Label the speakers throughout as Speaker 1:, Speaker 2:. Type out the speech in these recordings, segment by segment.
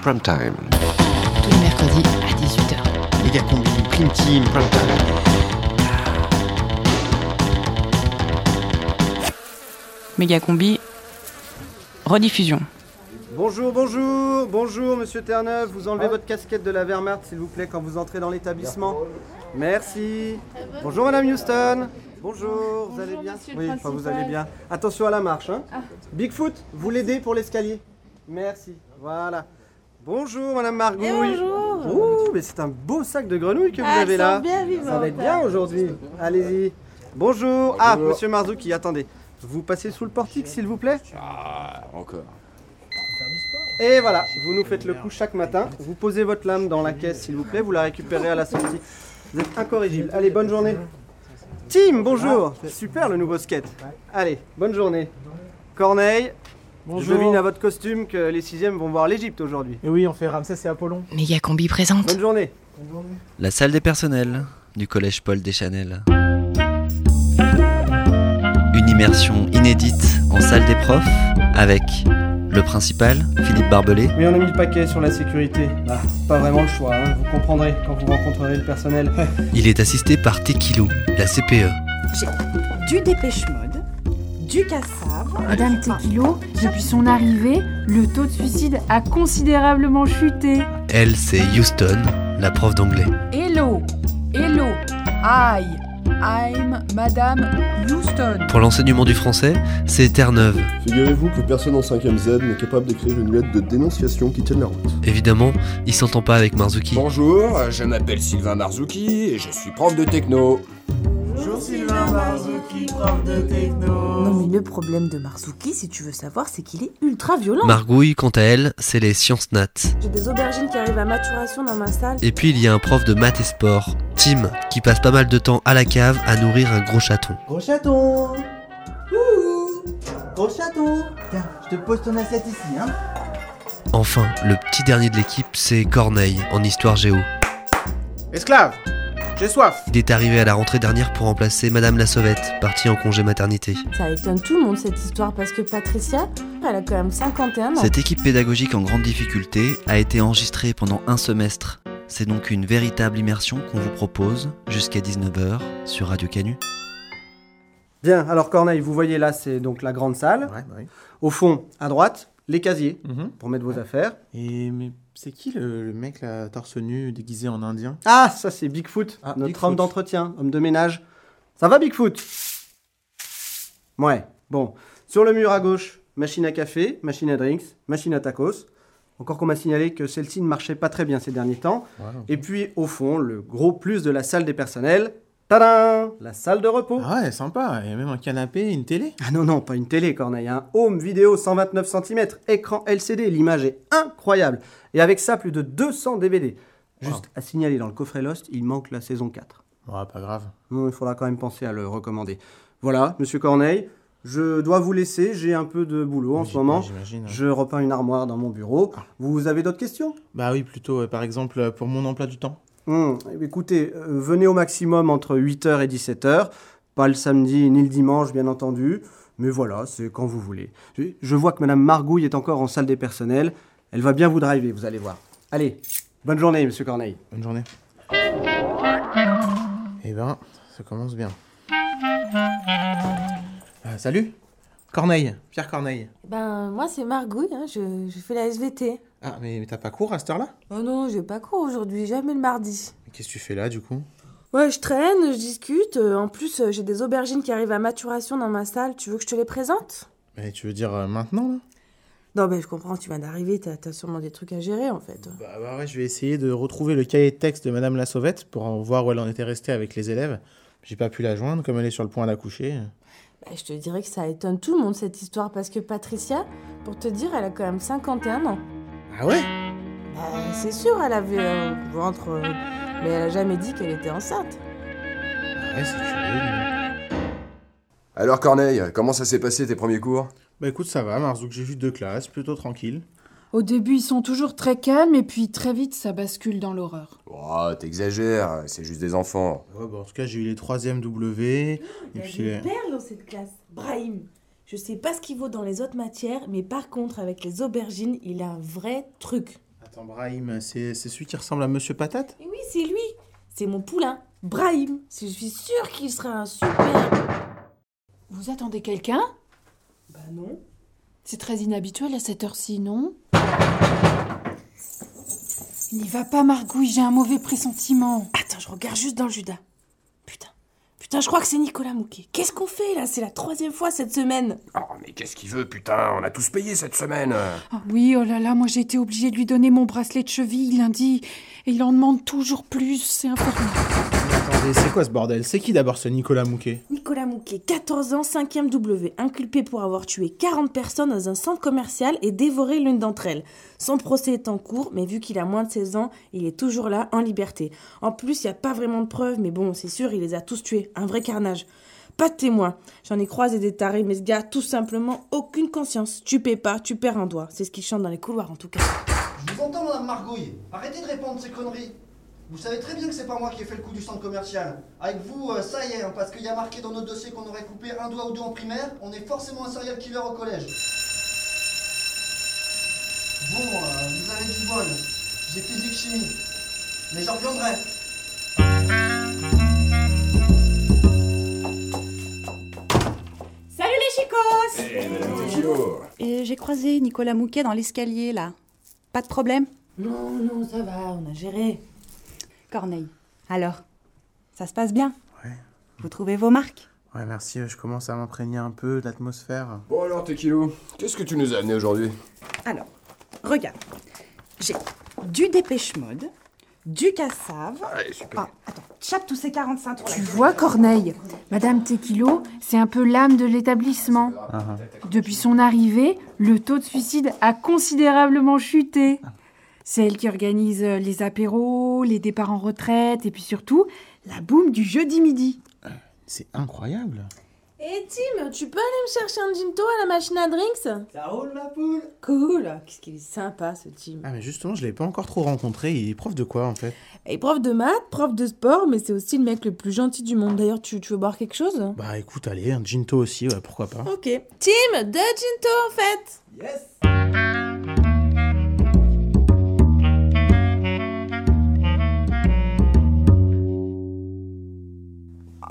Speaker 1: Prime time.
Speaker 2: Tous les mercredis à 18h.
Speaker 3: Méga combi, prime team, prime time.
Speaker 4: Méga combi. Rediffusion.
Speaker 5: Bonjour, bonjour, bonjour, monsieur Terre-Neuve. Vous enlevez
Speaker 3: Ah.
Speaker 5: votre casquette de la Wehrmacht, s'il vous plaît, quand vous entrez dans l'établissement. Merci. Bonjour, madame Houston. Bonjour, vous allez bien
Speaker 6: monsieur le
Speaker 5: Oui, enfin, vous
Speaker 6: principal. Ah.
Speaker 5: allez bien. Attention à la marche. Hein. Bigfoot, vous l'aidez pour l'escalier Merci, voilà. Bonjour, madame Margot.
Speaker 6: Eh, bonjour.
Speaker 5: Ouh, mais c'est un beau sac de grenouilles que vous
Speaker 6: Ah,
Speaker 5: avez
Speaker 6: elles
Speaker 5: là.
Speaker 6: sont bien vivantes,
Speaker 5: Ça va être bien
Speaker 6: hein.
Speaker 5: aujourd'hui. Allez-y. Bonjour. Ah, monsieur Marzouki, attendez. Vous passez sous le portique, s'il vous plaît Ah.
Speaker 7: Encore.
Speaker 5: Et voilà, vous nous faites le coup chaque matin. Vous posez votre lame dans la caisse, s'il vous plaît. Vous la récupérez à la sortie. Vous êtes incorrigible. Allez, bonne journée. Tim, bonjour. Super le nouveau skate. Allez, bonne journée. Corneille, je devine à votre costume que les sixièmes vont voir l'Égypte aujourd'hui.
Speaker 8: Et oui, on fait Ramsès et Apollon.
Speaker 2: Méga Combi présente.
Speaker 5: Bonne journée.
Speaker 3: La salle des personnels du collège Paul Deschanel. Une immersion inédite en salle des profs avec le principal, Philippe Barbelé,
Speaker 5: Oui, on a mis le paquet sur la sécurité. Bah, pas vraiment le choix, hein. vous comprendrez quand vous rencontrerez le personnel.
Speaker 3: Il est assisté par Tekilou, la E. CPE.
Speaker 6: Du dépêche mode, du cassave.
Speaker 9: Ah, Madame Tequilo, depuis son arrivée, le taux de suicide a considérablement chuté.
Speaker 3: Elle, c'est Houston, la prof d'anglais.
Speaker 9: Hello, hello, I, I'm Madame Houston.
Speaker 3: Pour l'enseignement du français, c'est Terre-Neuve.
Speaker 7: Figurez-vous que personne en 5ème Z n'est capable d'écrire une lettre de dénonciation qui tienne la route.
Speaker 3: Évidemment, il s'entend pas avec Marzuki.
Speaker 7: Bonjour, je m'appelle Sylvain Marzuki et je suis prof de techno.
Speaker 8: Bonjour Sylvain Marzuki, prof de techno.
Speaker 6: Non, mais le problème de Marzuki, si tu veux savoir, c'est qu'il est ultra violent.
Speaker 3: Margouille, quant à elle, c'est les sciences nat.
Speaker 6: J'ai des aubergines qui arrivent à maturation dans ma salle.
Speaker 3: Et puis il y a un prof de maths et sport, Tim, qui passe pas mal de temps à la cave à nourrir un gros chaton.
Speaker 8: Gros chaton Ouhou Gros chaton Tiens, je te pose ton assiette ici, hein
Speaker 3: Enfin, le petit dernier de l'équipe, c'est Corneille, en histoire géo.
Speaker 5: Esclave, j'ai soif.
Speaker 3: Il est arrivé à la rentrée dernière pour remplacer Madame la Sauvette, partie en congé maternité.
Speaker 6: Ça étonne tout le monde cette histoire parce que Patricia, elle a quand même 51 ans.
Speaker 10: Cette équipe pédagogique en grande difficulté a été enregistrée pendant un semestre. C'est donc une véritable immersion qu'on vous propose jusqu'à 19h sur Radio Canu.
Speaker 5: Bien, alors Corneille, vous voyez là, c'est donc la grande salle.
Speaker 8: Ouais, bah Mhm. ouais.
Speaker 5: Au fond, à droite, les casiers pour mettre vos affaires.
Speaker 8: Et mais c'est qui le, le mec là, torse nu, déguisé en indien
Speaker 5: Ah, ça c'est Bigfoot,
Speaker 8: Ah,
Speaker 5: notre
Speaker 8: Bigfoot.
Speaker 5: homme d'entretien, homme de ménage. Ça va Bigfoot Ouais, bon. Sur le mur à gauche, machine à café, machine à drinks, machine à tacos. Encore qu'on m'a signalé que celle-ci ne marchait pas très bien ces derniers temps. Et puis au fond, le gros plus de la salle des personnels. Tadam La salle de repos.
Speaker 8: Ah ouais, sympa, il y a même un canapé et une télé.
Speaker 5: Ah non, non, pas une télé, Corneille. Un home vidéo 129 cm, écran LCD, l'image est incroyable. Et avec ça, plus de 200 DVD. Juste à signaler, dans le coffret Lost, il manque la saison 4.
Speaker 8: Ouais, pas grave.
Speaker 5: Non, il faudra quand même penser à le recommander. Voilà, monsieur Corneille, je dois vous laisser, j'ai un peu de boulot en ce
Speaker 8: J'imagine-
Speaker 5: moment.
Speaker 8: J'imagine. Ah.
Speaker 5: Je repeins une armoire dans mon bureau. Vous avez d'autres questions
Speaker 8: Bah oui, plutôt, euh, par exemple, euh, pour mon emploi du temps.
Speaker 5: Hum, Écoutez, euh, venez au maximum entre 8h et 17h. Pas le samedi ni le dimanche, bien entendu. Mais voilà, c'est quand vous voulez. Je, je vois que Madame Margouille est encore en salle des personnels. Elle va bien vous driver, vous allez voir. Allez, bonne journée, Monsieur Corneille.
Speaker 8: Bonne journée. Eh ben, ça commence bien. Euh, salut Corneille, Pierre Corneille.
Speaker 6: Ben, moi, c'est Margouille, hein, je, je fais la SVT.
Speaker 8: Ah, mais, mais t'as pas cours à cette heure-là
Speaker 6: Oh non, j'ai pas cours aujourd'hui, jamais le mardi.
Speaker 8: Mais Qu'est-ce que tu fais là, du coup
Speaker 6: Ouais, je traîne, je discute. euh, En plus, euh, j'ai des aubergines qui arrivent à maturation dans ma salle. Tu veux que je te les présente
Speaker 8: Mais tu veux dire euh, maintenant, là
Speaker 6: Non, ben je comprends, tu viens d'arriver, t'as t'as sûrement des trucs à gérer en fait.
Speaker 8: Bah, bah ouais, je vais essayer de retrouver le cahier de texte de Madame la Sauvette pour en voir où elle en était restée avec les élèves. J'ai pas pu la joindre, comme elle est sur le point d'accoucher.
Speaker 6: Bah, je te dirais que ça étonne tout le monde cette histoire parce que Patricia, pour te dire, elle a quand même 51 ans.
Speaker 8: Ah ouais
Speaker 6: Bah, c'est sûr, elle avait un ventre, euh, mais elle a jamais dit qu'elle était enceinte.
Speaker 8: Ouais, c'est curieux.
Speaker 7: Alors Corneille, comment ça s'est passé tes premiers cours
Speaker 8: Bah écoute, ça va, Marzouk, j'ai vu deux classes, plutôt tranquille.
Speaker 9: Au début, ils sont toujours très calmes et puis très vite, ça bascule dans l'horreur.
Speaker 7: Oh, t'exagères, c'est juste des enfants.
Speaker 6: Oh,
Speaker 8: Ouais, bah en tout cas, j'ai eu les 3e W. et puis, les-
Speaker 6: perles dans cette classe. Brahim, je Je sais pas ce qu'il vaut dans les autres matières, mais par contre, avec les aubergines, il a un vrai truc.
Speaker 8: Attends, Brahim, c'est c'est celui qui ressemble à Monsieur Patate
Speaker 6: Et oui, c'est lui C'est mon poulain, Brahim Je suis sûre qu'il sera un super...
Speaker 11: Vous attendez quelqu'un
Speaker 6: Bah non.
Speaker 11: C'est très inhabituel à cette heure-ci, non N'y va pas, Margouille, j'ai un mauvais pressentiment.
Speaker 6: Attends, je regarde juste dans le Judas. Putain. Putain, je crois que c'est Nicolas Mouquet. Qu'est-ce qu'on fait là C'est la troisième fois cette semaine.
Speaker 12: Oh, mais qu'est-ce qu'il veut, putain On a tous payé cette semaine
Speaker 11: Ah oui, oh là là, moi j'ai été obligée de lui donner mon bracelet de cheville lundi. Et il en demande toujours plus, c'est infernal.
Speaker 8: Attendez, c'est quoi ce bordel C'est qui d'abord ce Nicolas Mouquet
Speaker 6: Nicolas Mouquet, 14 ans, 5e W, inculpé pour avoir tué 40 personnes dans un centre commercial et dévoré l'une d'entre elles. Son procès est en cours, mais vu qu'il a moins de 16 ans, il est toujours là, en liberté. En plus, il n'y a pas vraiment de preuves, mais bon, c'est sûr, il les a tous tués. Un vrai carnage. Pas de témoins. J'en ai croisé des tarés, mais ce gars, a tout simplement, aucune conscience. Tu paies pas, tu perds un doigt. C'est ce qu'il chante dans les couloirs, en tout cas.
Speaker 3: Je vous entends, madame Margouille. Arrêtez de répandre ces conneries. Vous savez très bien que c'est pas moi qui ai fait le coup du centre commercial. Avec vous, euh, ça y est, hein, parce qu'il y a marqué dans notre dossier qu'on aurait coupé un doigt ou deux en primaire, on est forcément un serial killer au collège. Bon, euh, vous avez du bol. J'ai physique chimie. Mais j'en reviendrai.
Speaker 6: Salut les chicos
Speaker 13: J'ai croisé Nicolas Mouquet dans l'escalier, là. Pas de problème
Speaker 6: Non, non, ça va, on a géré.
Speaker 13: Corneille, alors, ça se passe bien Vous trouvez vos marques
Speaker 8: Ouais, merci, euh, je commence à m'imprégner un peu de l'atmosphère.
Speaker 12: Bon Oh, alors, Tequilo, qu'est-ce que tu nous as amené aujourd'hui
Speaker 13: Alors, regarde. J'ai du dépêche mode, du cassave.
Speaker 12: Allez, super.
Speaker 13: Ah, attends, chape tous ces 45 trous.
Speaker 9: Tu vois, Corneille, Madame Tequilo, c'est un peu l'âme de l'établissement. Depuis son arrivée, le taux de suicide a considérablement chuté. C'est elle qui organise euh, les apéros, les départs en retraite et puis surtout la boum du jeudi midi.
Speaker 8: C'est incroyable
Speaker 6: Eh Tim, tu peux aller me chercher un gin à la machine à drinks
Speaker 3: Ça roule ma poule
Speaker 6: Cool Qu'est-ce qu'il est sympa ce Tim.
Speaker 8: Ah, mais justement, je l'ai pas encore trop rencontré. Il est prof de quoi en fait
Speaker 6: Et prof de maths, prof de sport, mais c'est aussi le mec le plus gentil du monde. D'ailleurs, tu, tu veux boire quelque chose
Speaker 8: Bah écoute, allez, un Ginto aussi, ouais, pourquoi pas.
Speaker 6: Ok. Tim, deux Ginto en fait
Speaker 3: Yes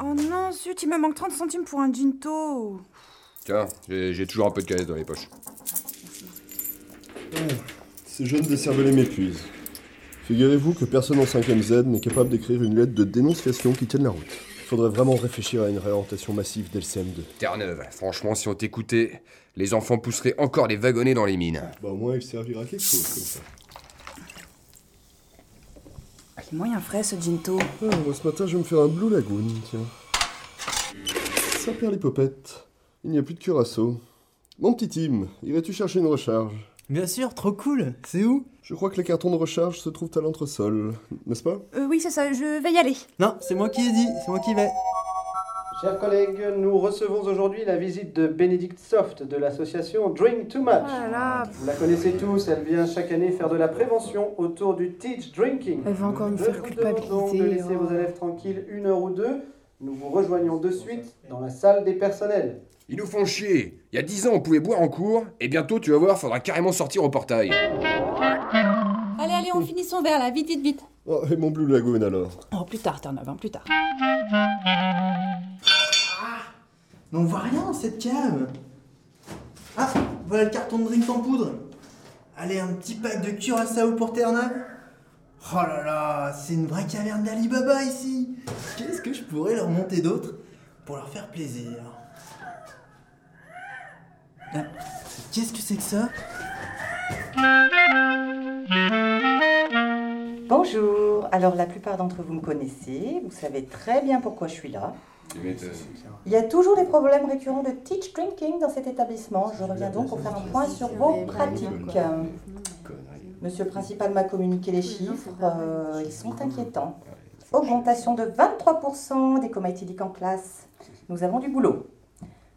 Speaker 13: Oh non, zut, il me manque 30 centimes pour un ginto.
Speaker 12: Tiens, j'ai j'ai toujours un peu de caisse dans les poches.
Speaker 14: Ces jeunes décervelés m'épuisent. Figurez-vous que personne en 5ème Z n'est capable d'écrire une lettre de dénonciation qui tienne la route. Il faudrait vraiment réfléchir à une réorientation massive dès le CM2.
Speaker 12: Terre-Neuve, franchement, si on t'écoutait, les enfants pousseraient encore des wagonnets dans les mines.
Speaker 14: Bah au moins il servira à quelque chose comme ça.
Speaker 13: Ah, Il est moyen frais ce ginto.
Speaker 14: Ah, moi, ce matin je vais me faire un Blue Lagoon, tiens. Ça perd les popettes. Il n'y a plus de curaçao. Mon petit Tim, irais-tu chercher une recharge
Speaker 15: Bien sûr, trop cool. C'est où
Speaker 14: Je crois que les cartons de recharge se trouvent à l'entresol, n'est-ce pas
Speaker 13: Euh, oui, c'est ça, je vais y aller.
Speaker 15: Non, c'est moi qui ai dit, c'est moi qui vais.
Speaker 5: Chers collègues, nous recevons aujourd'hui la visite de Bénédicte Soft de l'association Drink Too Much.
Speaker 6: Voilà.
Speaker 5: Vous la connaissez tous, elle vient chaque année faire de la prévention autour du Teach Drinking.
Speaker 9: Elle va encore nous
Speaker 5: Nous
Speaker 9: faire
Speaker 5: vous demandons de
Speaker 9: culpabiliser. oh.
Speaker 5: laisser vos élèves tranquilles une heure ou deux. Nous vous rejoignons de suite dans la salle des personnels.
Speaker 12: Ils nous font chier. Il y a 10 ans, on pouvait boire en cours, et bientôt, tu vas voir, faudra carrément sortir au portail.
Speaker 13: Allez, allez, on finit son verre là, vite, vite, vite.
Speaker 14: Oh, et mon Blue Lagoon alors
Speaker 13: Oh, plus tard, Terre-Neuve, hein, plus tard.
Speaker 15: Ah, Mais on voit rien dans cette cave. Ah, voilà le carton de drink en poudre. Allez, un petit pack de curaçao pour Terre-Neuve. Oh là là, c'est une vraie caverne d'Alibaba ici. Qu'est-ce que je pourrais leur monter d'autre pour leur faire plaisir Ah, Qu'est-ce que c'est que ça
Speaker 16: Bonjour, alors la plupart d'entre vous me connaissez, vous savez très bien pourquoi je suis là. Il y a toujours des problèmes récurrents de teach drinking dans cet établissement. Je reviens donc pour faire un point sur vos pratiques. Monsieur le principal m'a communiqué les chiffres, euh, ils sont inquiétants. Augmentation de 23% des comas éthyliques en classe. Nous avons du boulot.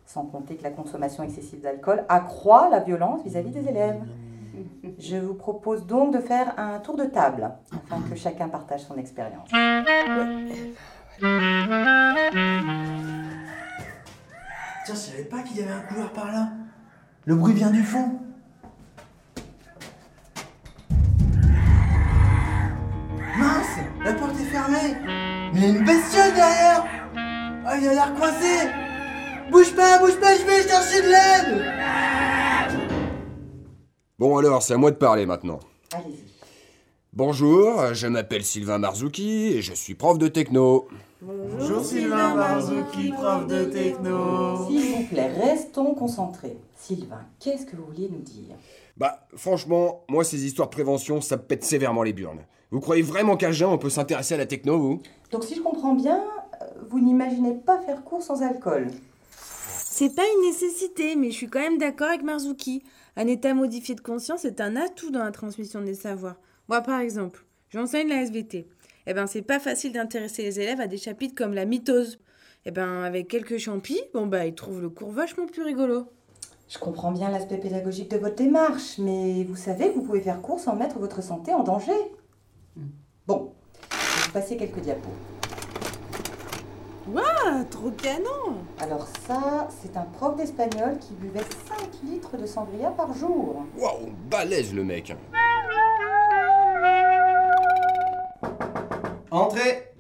Speaker 16: Sans compter que la consommation excessive d'alcool accroît la violence vis-à-vis des élèves. Je vous propose donc de faire un tour de table afin que chacun partage son expérience.
Speaker 15: Tiens, je savais pas qu'il y avait un couloir par là. Le bruit vient du fond. Mince La porte est fermée Mais il y a une bestiole derrière Oh, il a l'air coincé Bouge pas, bouge pas, je vais chercher de l'aide
Speaker 12: Bon alors, c'est à moi de parler maintenant. Bonjour, je m'appelle Sylvain Marzouki et je suis prof de techno.
Speaker 15: Bonjour Sylvain Marzouki, prof de techno.
Speaker 16: S'il vous plaît, restons concentrés. Sylvain, qu'est-ce que vous vouliez nous dire
Speaker 12: Bah, franchement, moi, ces histoires de prévention, ça me pète sévèrement les burnes. Vous croyez vraiment qu'à Jeun, on peut s'intéresser à la techno, vous
Speaker 16: Donc si je comprends bien, euh, vous n'imaginez pas faire cours sans alcool.
Speaker 6: C'est pas une nécessité, mais je suis quand même d'accord avec Marzuki. Un état modifié de conscience est un atout dans la transmission des savoirs. Moi, par exemple, j'enseigne la SVT. Eh ben, c'est pas facile d'intéresser les élèves à des chapitres comme la mitose. Eh ben, avec quelques champis, bon bah, ils trouvent le cours vachement plus rigolo.
Speaker 16: Je comprends bien l'aspect pédagogique de votre démarche, mais vous savez que vous pouvez faire cours sans mettre votre santé en danger. Hmm. Bon, je vais vous passer quelques diapos.
Speaker 6: Waouh, trop canon
Speaker 16: Alors ça, c'est un prof d'espagnol qui buvait 5 litres de sangria par jour.
Speaker 12: Waouh, balèze le mec
Speaker 5: Entrez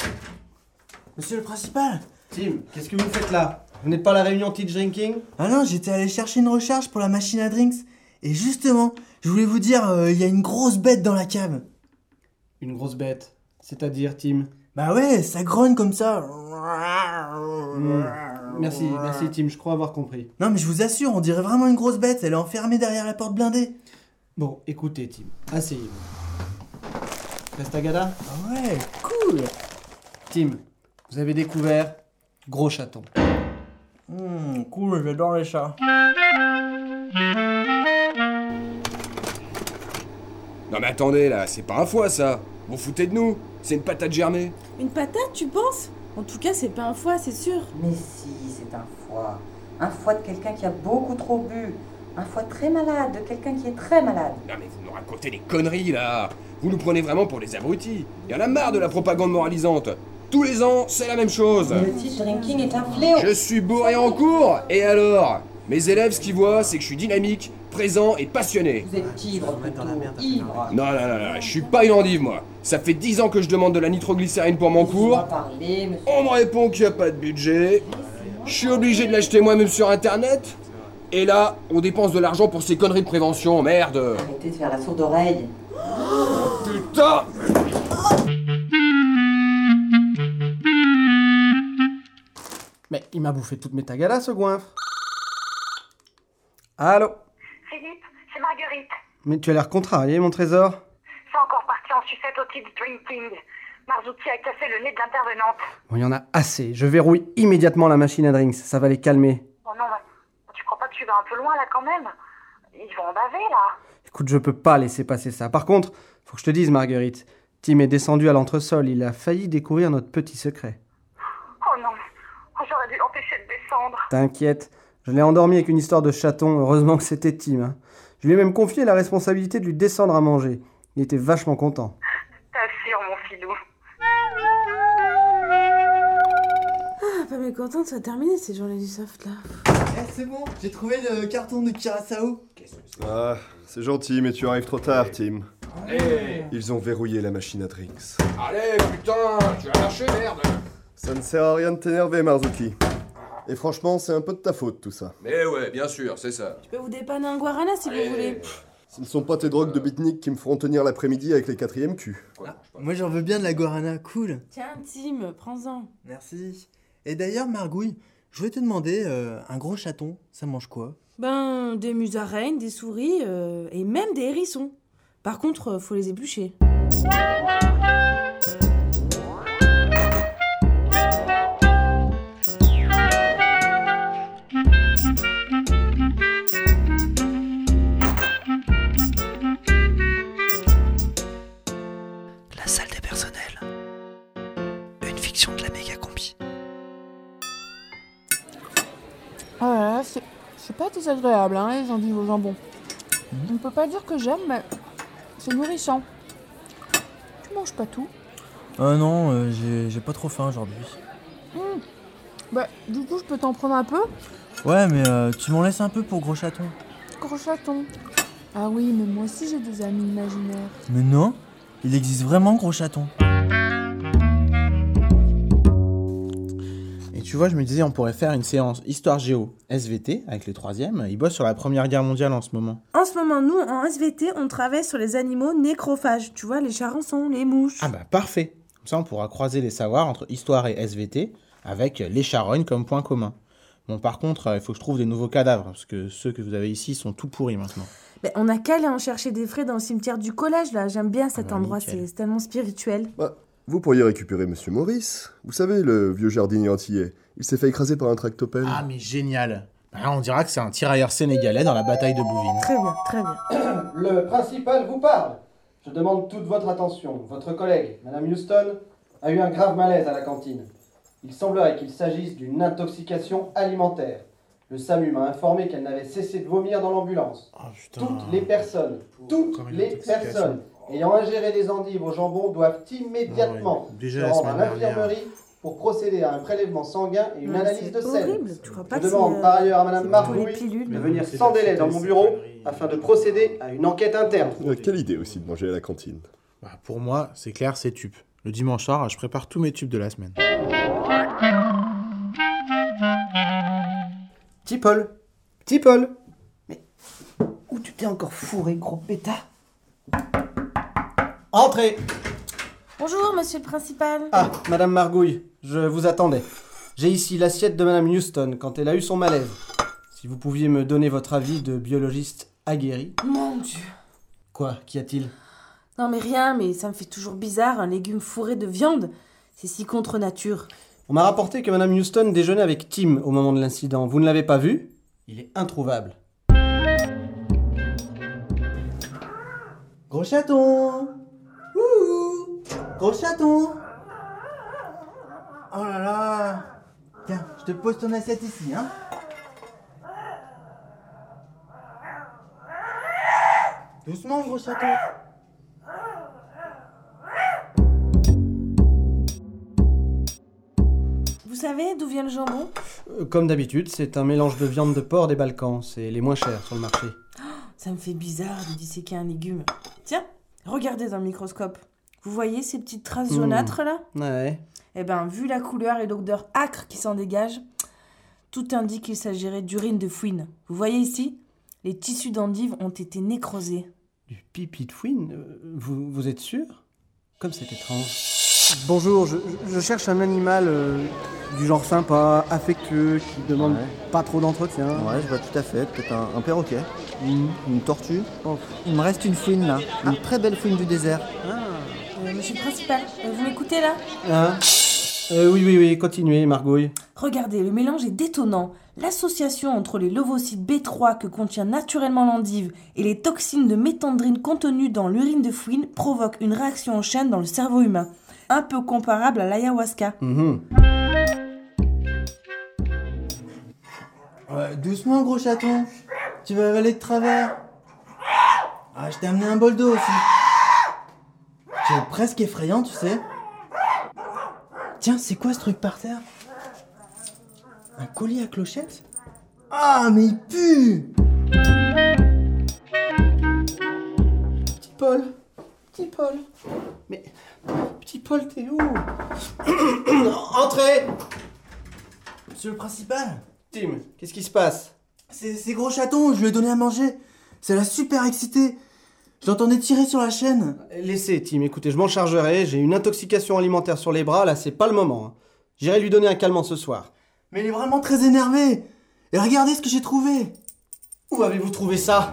Speaker 15: Monsieur le principal
Speaker 5: Tim, qu'est-ce que vous faites là Vous n'êtes pas à la réunion Tea Drinking
Speaker 15: Ah non, j'étais allé chercher une recharge pour la machine à drinks. Et justement, je voulais vous dire, euh, il y a une grosse bête dans la cave.
Speaker 5: Une grosse bête. C'est-à-dire, Tim
Speaker 15: Bah ouais, ça grogne comme ça.
Speaker 5: Merci, merci Hmm. Tim, je crois avoir compris.
Speaker 15: Non mais je vous assure, on dirait vraiment une grosse bête, elle est enfermée derrière la porte blindée.
Speaker 5: Bon, écoutez Tim, asseyez-vous. Restagada
Speaker 15: Ah ouais, cool
Speaker 5: Tim, vous avez découvert Gros Chaton.
Speaker 15: Hmm, cool, j'adore les chats.
Speaker 12: Non mais attendez, là, c'est pas un foie, ça Vous foutez de nous C'est une patate germée
Speaker 6: Une patate, tu penses En tout cas, c'est pas un foie, c'est sûr.
Speaker 16: Mais si, c'est un foie. Un foie de quelqu'un qui a beaucoup trop bu. Un foie très malade, de quelqu'un qui est très malade.
Speaker 12: Non mais vous nous racontez des conneries, là Vous nous prenez vraiment pour des abrutis Y en a marre de la propagande moralisante Tous les ans, c'est la même chose
Speaker 16: Le tea drinking est un fléau.
Speaker 12: Je suis bourré en cours Et alors Mes élèves, ce qu'ils voient, c'est que je suis dynamique, présent et passionné
Speaker 16: Vous êtes ivre, plutôt ivre.
Speaker 12: Non, non, non, non, je suis pas une endive, moi. Ça fait 10 ans que je demande de la nitroglycérine pour mon cours.
Speaker 16: Parlez, monsieur.
Speaker 12: On me répond qu'il n'y a pas de budget. Je suis obligé de l'acheter moi-même sur Internet. Et là, on dépense de l'argent pour ces conneries de prévention, merde.
Speaker 16: Arrêtez de faire la sourde oreille.
Speaker 12: Putain
Speaker 5: Mais il m'a bouffé toutes mes tagalas, ce goinfre. Allô
Speaker 17: Philippe, c'est Marguerite.
Speaker 5: Mais tu as l'air contrarié, mon trésor.
Speaker 17: C'est encore parti en sucette au titre drinking. Marzouki a cassé le nez de l'intervenante.
Speaker 5: Bon, il y en a assez. Je verrouille immédiatement la machine à drinks. Ça va les calmer.
Speaker 17: Bon, Oh non, mais tu crois pas que tu vas un peu loin là quand même Ils vont en baver là.
Speaker 5: Écoute, je peux pas laisser passer ça. Par contre, faut que je te dise, Marguerite, Tim est descendu à l'entresol. Il a failli découvrir notre petit secret.
Speaker 17: Oh non, Oh, j'aurais dû l'empêcher de descendre.
Speaker 5: T'inquiète, je l'ai endormi avec une histoire de chaton. Heureusement que c'était Tim. hein. Je lui ai même confié la responsabilité de lui descendre à manger. Il était vachement content.
Speaker 17: T'assures, mon filou.
Speaker 6: Ah, pas mécontent de se terminer ces journées du soft là.
Speaker 15: Eh, c'est bon, j'ai trouvé le carton de Curacao.
Speaker 14: Ah, c'est gentil, mais tu arrives trop tard, Tim.
Speaker 12: Allez
Speaker 14: Ils ont verrouillé la machine à drinks.
Speaker 12: Allez, putain Tu vas marcher, merde
Speaker 14: Ça ne sert à rien de t'énerver, Marzuki. Et franchement, c'est un peu de ta faute, tout ça.
Speaker 12: Mais Eh ouais, bien sûr, c'est ça.
Speaker 6: Je peux vous dépanner un guarana si vous voulez.
Speaker 14: Ce ne sont pas tes drogues de beatnik qui me feront tenir l'après-midi avec les quatrièmes Q.
Speaker 15: Moi j'en veux bien de la guarana, cool.
Speaker 6: Tiens, Tim, prends-en.
Speaker 15: Merci. Et d'ailleurs, Margouille, je voulais te demander, euh, un gros chaton, ça mange quoi
Speaker 6: Ben, des musaraignes, des souris euh, et même des hérissons. Par contre, euh, faut les éblucher.
Speaker 18: La salle des personnels. Une fiction de la méga combi.
Speaker 9: Ah là là, c'est- c'est pas désagréable, hein, les endives au jambon. On ne peut pas dire que j'aime, mais c'est nourrissant. Tu manges pas tout.
Speaker 15: euh, Ah non, euh, j'ai- j'ai pas trop faim aujourd'hui.
Speaker 9: Hum,
Speaker 19: Bah, du coup, je peux t'en prendre un peu
Speaker 20: Ouais, mais euh, tu m'en laisses un peu pour gros chaton.
Speaker 19: Gros chaton. Ah oui, mais moi aussi j'ai des amis imaginaires.
Speaker 20: Mais non, il existe vraiment gros chaton.
Speaker 8: Et tu vois, je me disais, on pourrait faire une séance histoire géo SVT avec les troisièmes. Ils bossent sur la Première Guerre mondiale en ce moment.
Speaker 6: En ce moment, nous, en SVT, on travaille sur les animaux nécrophages. Tu vois, les charançons, les mouches.
Speaker 8: Ah bah parfait. Comme ça, on pourra croiser les savoirs entre histoire et SVT avec les charognes comme point commun. Bon, par contre, euh, il faut que je trouve des nouveaux cadavres parce que ceux que vous avez ici sont tout pourris maintenant.
Speaker 6: Mais on a qu'à aller en chercher des frais dans le cimetière du collège, là. J'aime bien cet endroit, c'est c'est tellement spirituel.
Speaker 14: Bah,
Speaker 7: Vous pourriez récupérer Monsieur Maurice. Vous savez, le vieux jardinier antillais. Il s'est fait écraser par un tractopelle.
Speaker 8: Ah, mais génial Bah, On dira que c'est un tirailleur sénégalais dans la bataille de Bouvines.
Speaker 6: Très bien, très bien.
Speaker 5: Le principal vous parle. Je demande toute votre attention. Votre collègue, Madame Houston, a eu un grave malaise à la cantine. Il semblerait qu'il s'agisse d'une intoxication alimentaire. Le SAMU m'a informé qu'elle n'avait cessé de vomir dans l'ambulance.
Speaker 8: Ah,
Speaker 5: toutes les personnes, toutes les
Speaker 8: intoxication.
Speaker 5: personnes ayant ingéré des endives au jambon doivent immédiatement
Speaker 8: Ah Déjà
Speaker 5: se
Speaker 8: la
Speaker 5: rendre à
Speaker 8: semaine dernière.
Speaker 5: l'infirmerie pour procéder à un prélèvement sanguin et une
Speaker 6: Non, mais
Speaker 5: analyse
Speaker 6: Ah, c'est
Speaker 5: de sel.
Speaker 6: horrible. Tu crois pas
Speaker 5: Je
Speaker 6: que
Speaker 5: demande
Speaker 6: c'est, euh,
Speaker 5: par ailleurs à Madame
Speaker 6: c'est tous les
Speaker 5: Margouille
Speaker 6: pilules
Speaker 5: de
Speaker 6: Non,
Speaker 5: venir
Speaker 6: c'est
Speaker 5: sans
Speaker 6: la
Speaker 5: délai
Speaker 6: fête,
Speaker 5: dans mon
Speaker 6: c'est
Speaker 5: bureau afin de procéder à une enquête interne.
Speaker 7: Euh, Quelle idée aussi de manger à la cantine.
Speaker 8: Bah, pour moi, c'est clair, c'est tube. Le dimanche soir, je prépare tous mes tubes de la semaine.
Speaker 5: Petit Paul Petit Paul
Speaker 15: Où tu t'es encore fourré, gros pétard
Speaker 5: Entrez
Speaker 6: Bonjour, monsieur le principal.
Speaker 5: Ah, Madame Margouille, je vous attendais. J'ai ici l'assiette de Madame Houston quand elle a eu son malaise. Si vous pouviez me donner votre avis de biologiste aguerri.
Speaker 6: Mon Dieu.
Speaker 5: Quoi Qu'y a-t-il
Speaker 6: Non, mais rien, mais ça me fait toujours bizarre, un légume fourré de viande. C'est si contre nature.
Speaker 5: On m'a rapporté que Madame Houston déjeunait avec Tim au moment de l'incident. Vous ne l'avez pas vu Il est introuvable.
Speaker 15: Gros chaton Ouh Gros chaton Oh là là Tiens, je te pose ton assiette ici, hein Doucement, gros chaton
Speaker 6: Vous savez d'où vient le jambon
Speaker 5: Euh, Comme d'habitude, c'est un mélange de viande de porc des Balkans. C'est les moins chers sur le marché.
Speaker 6: Ça me fait bizarre de disséquer un légume. Tiens, regardez dans le microscope. Vous voyez ces petites traces
Speaker 5: Hmm.
Speaker 6: jaunâtres là
Speaker 5: Ouais.
Speaker 6: Eh ben, vu la couleur et l'odeur âcre qui s'en dégage, tout indique qu'il s'agirait d'urine de fouine. Vous voyez ici Les tissus d'endive ont été nécrosés.
Speaker 5: Pipi de fouine euh, vous, vous êtes sûr Comme c'est étrange. Bonjour, je, je cherche un animal euh, du genre sympa, affectueux, qui demande pas trop d'entretien. Mm.
Speaker 20: Ouais, je vois tout à fait. Peut-être un, un perroquet. Une, une tortue. Ah.
Speaker 5: Oh,
Speaker 20: il me reste une fouine là. Une très belle fouine du désert.
Speaker 5: Ah.
Speaker 6: Euh, monsieur le principal, euh, vous m'écoutez là
Speaker 5: Hein Euh, oui, oui, oui, continuez, Margouille.
Speaker 6: Regardez, le mélange est détonnant. L'association entre les leucocytes B3 que contient naturellement l'endive et les toxines de méthandrine contenues dans l'urine de fouine provoque une réaction en chaîne dans le cerveau humain, un peu comparable à l'ayahuasca.
Speaker 15: Ouais, Doucement, gros chaton Tu vas avaler de travers Ah, je t'ai amené un bol d'eau aussi Tu es presque effrayant, tu sais Tiens, c'est quoi ce truc par terre Un collier à clochette Ah, mais il pue
Speaker 5: Petit Paul Petit Paul Mais. Petit Paul, t'es où Entrez
Speaker 15: Monsieur le principal
Speaker 5: Tim, qu'est-ce qui se passe
Speaker 15: C'est c'est gros chaton, je lui ai donné à manger C'est la super excitée Je l'entendais tirer sur la chaîne
Speaker 5: Laissez, Tim, écoutez, je m'en chargerai. J'ai une intoxication alimentaire sur les bras, là, c'est pas le moment. hein. J'irai lui donner un calmant ce soir.
Speaker 15: Mais il est vraiment très énervé Et regardez ce que j'ai trouvé
Speaker 5: Où avez-vous trouvé ça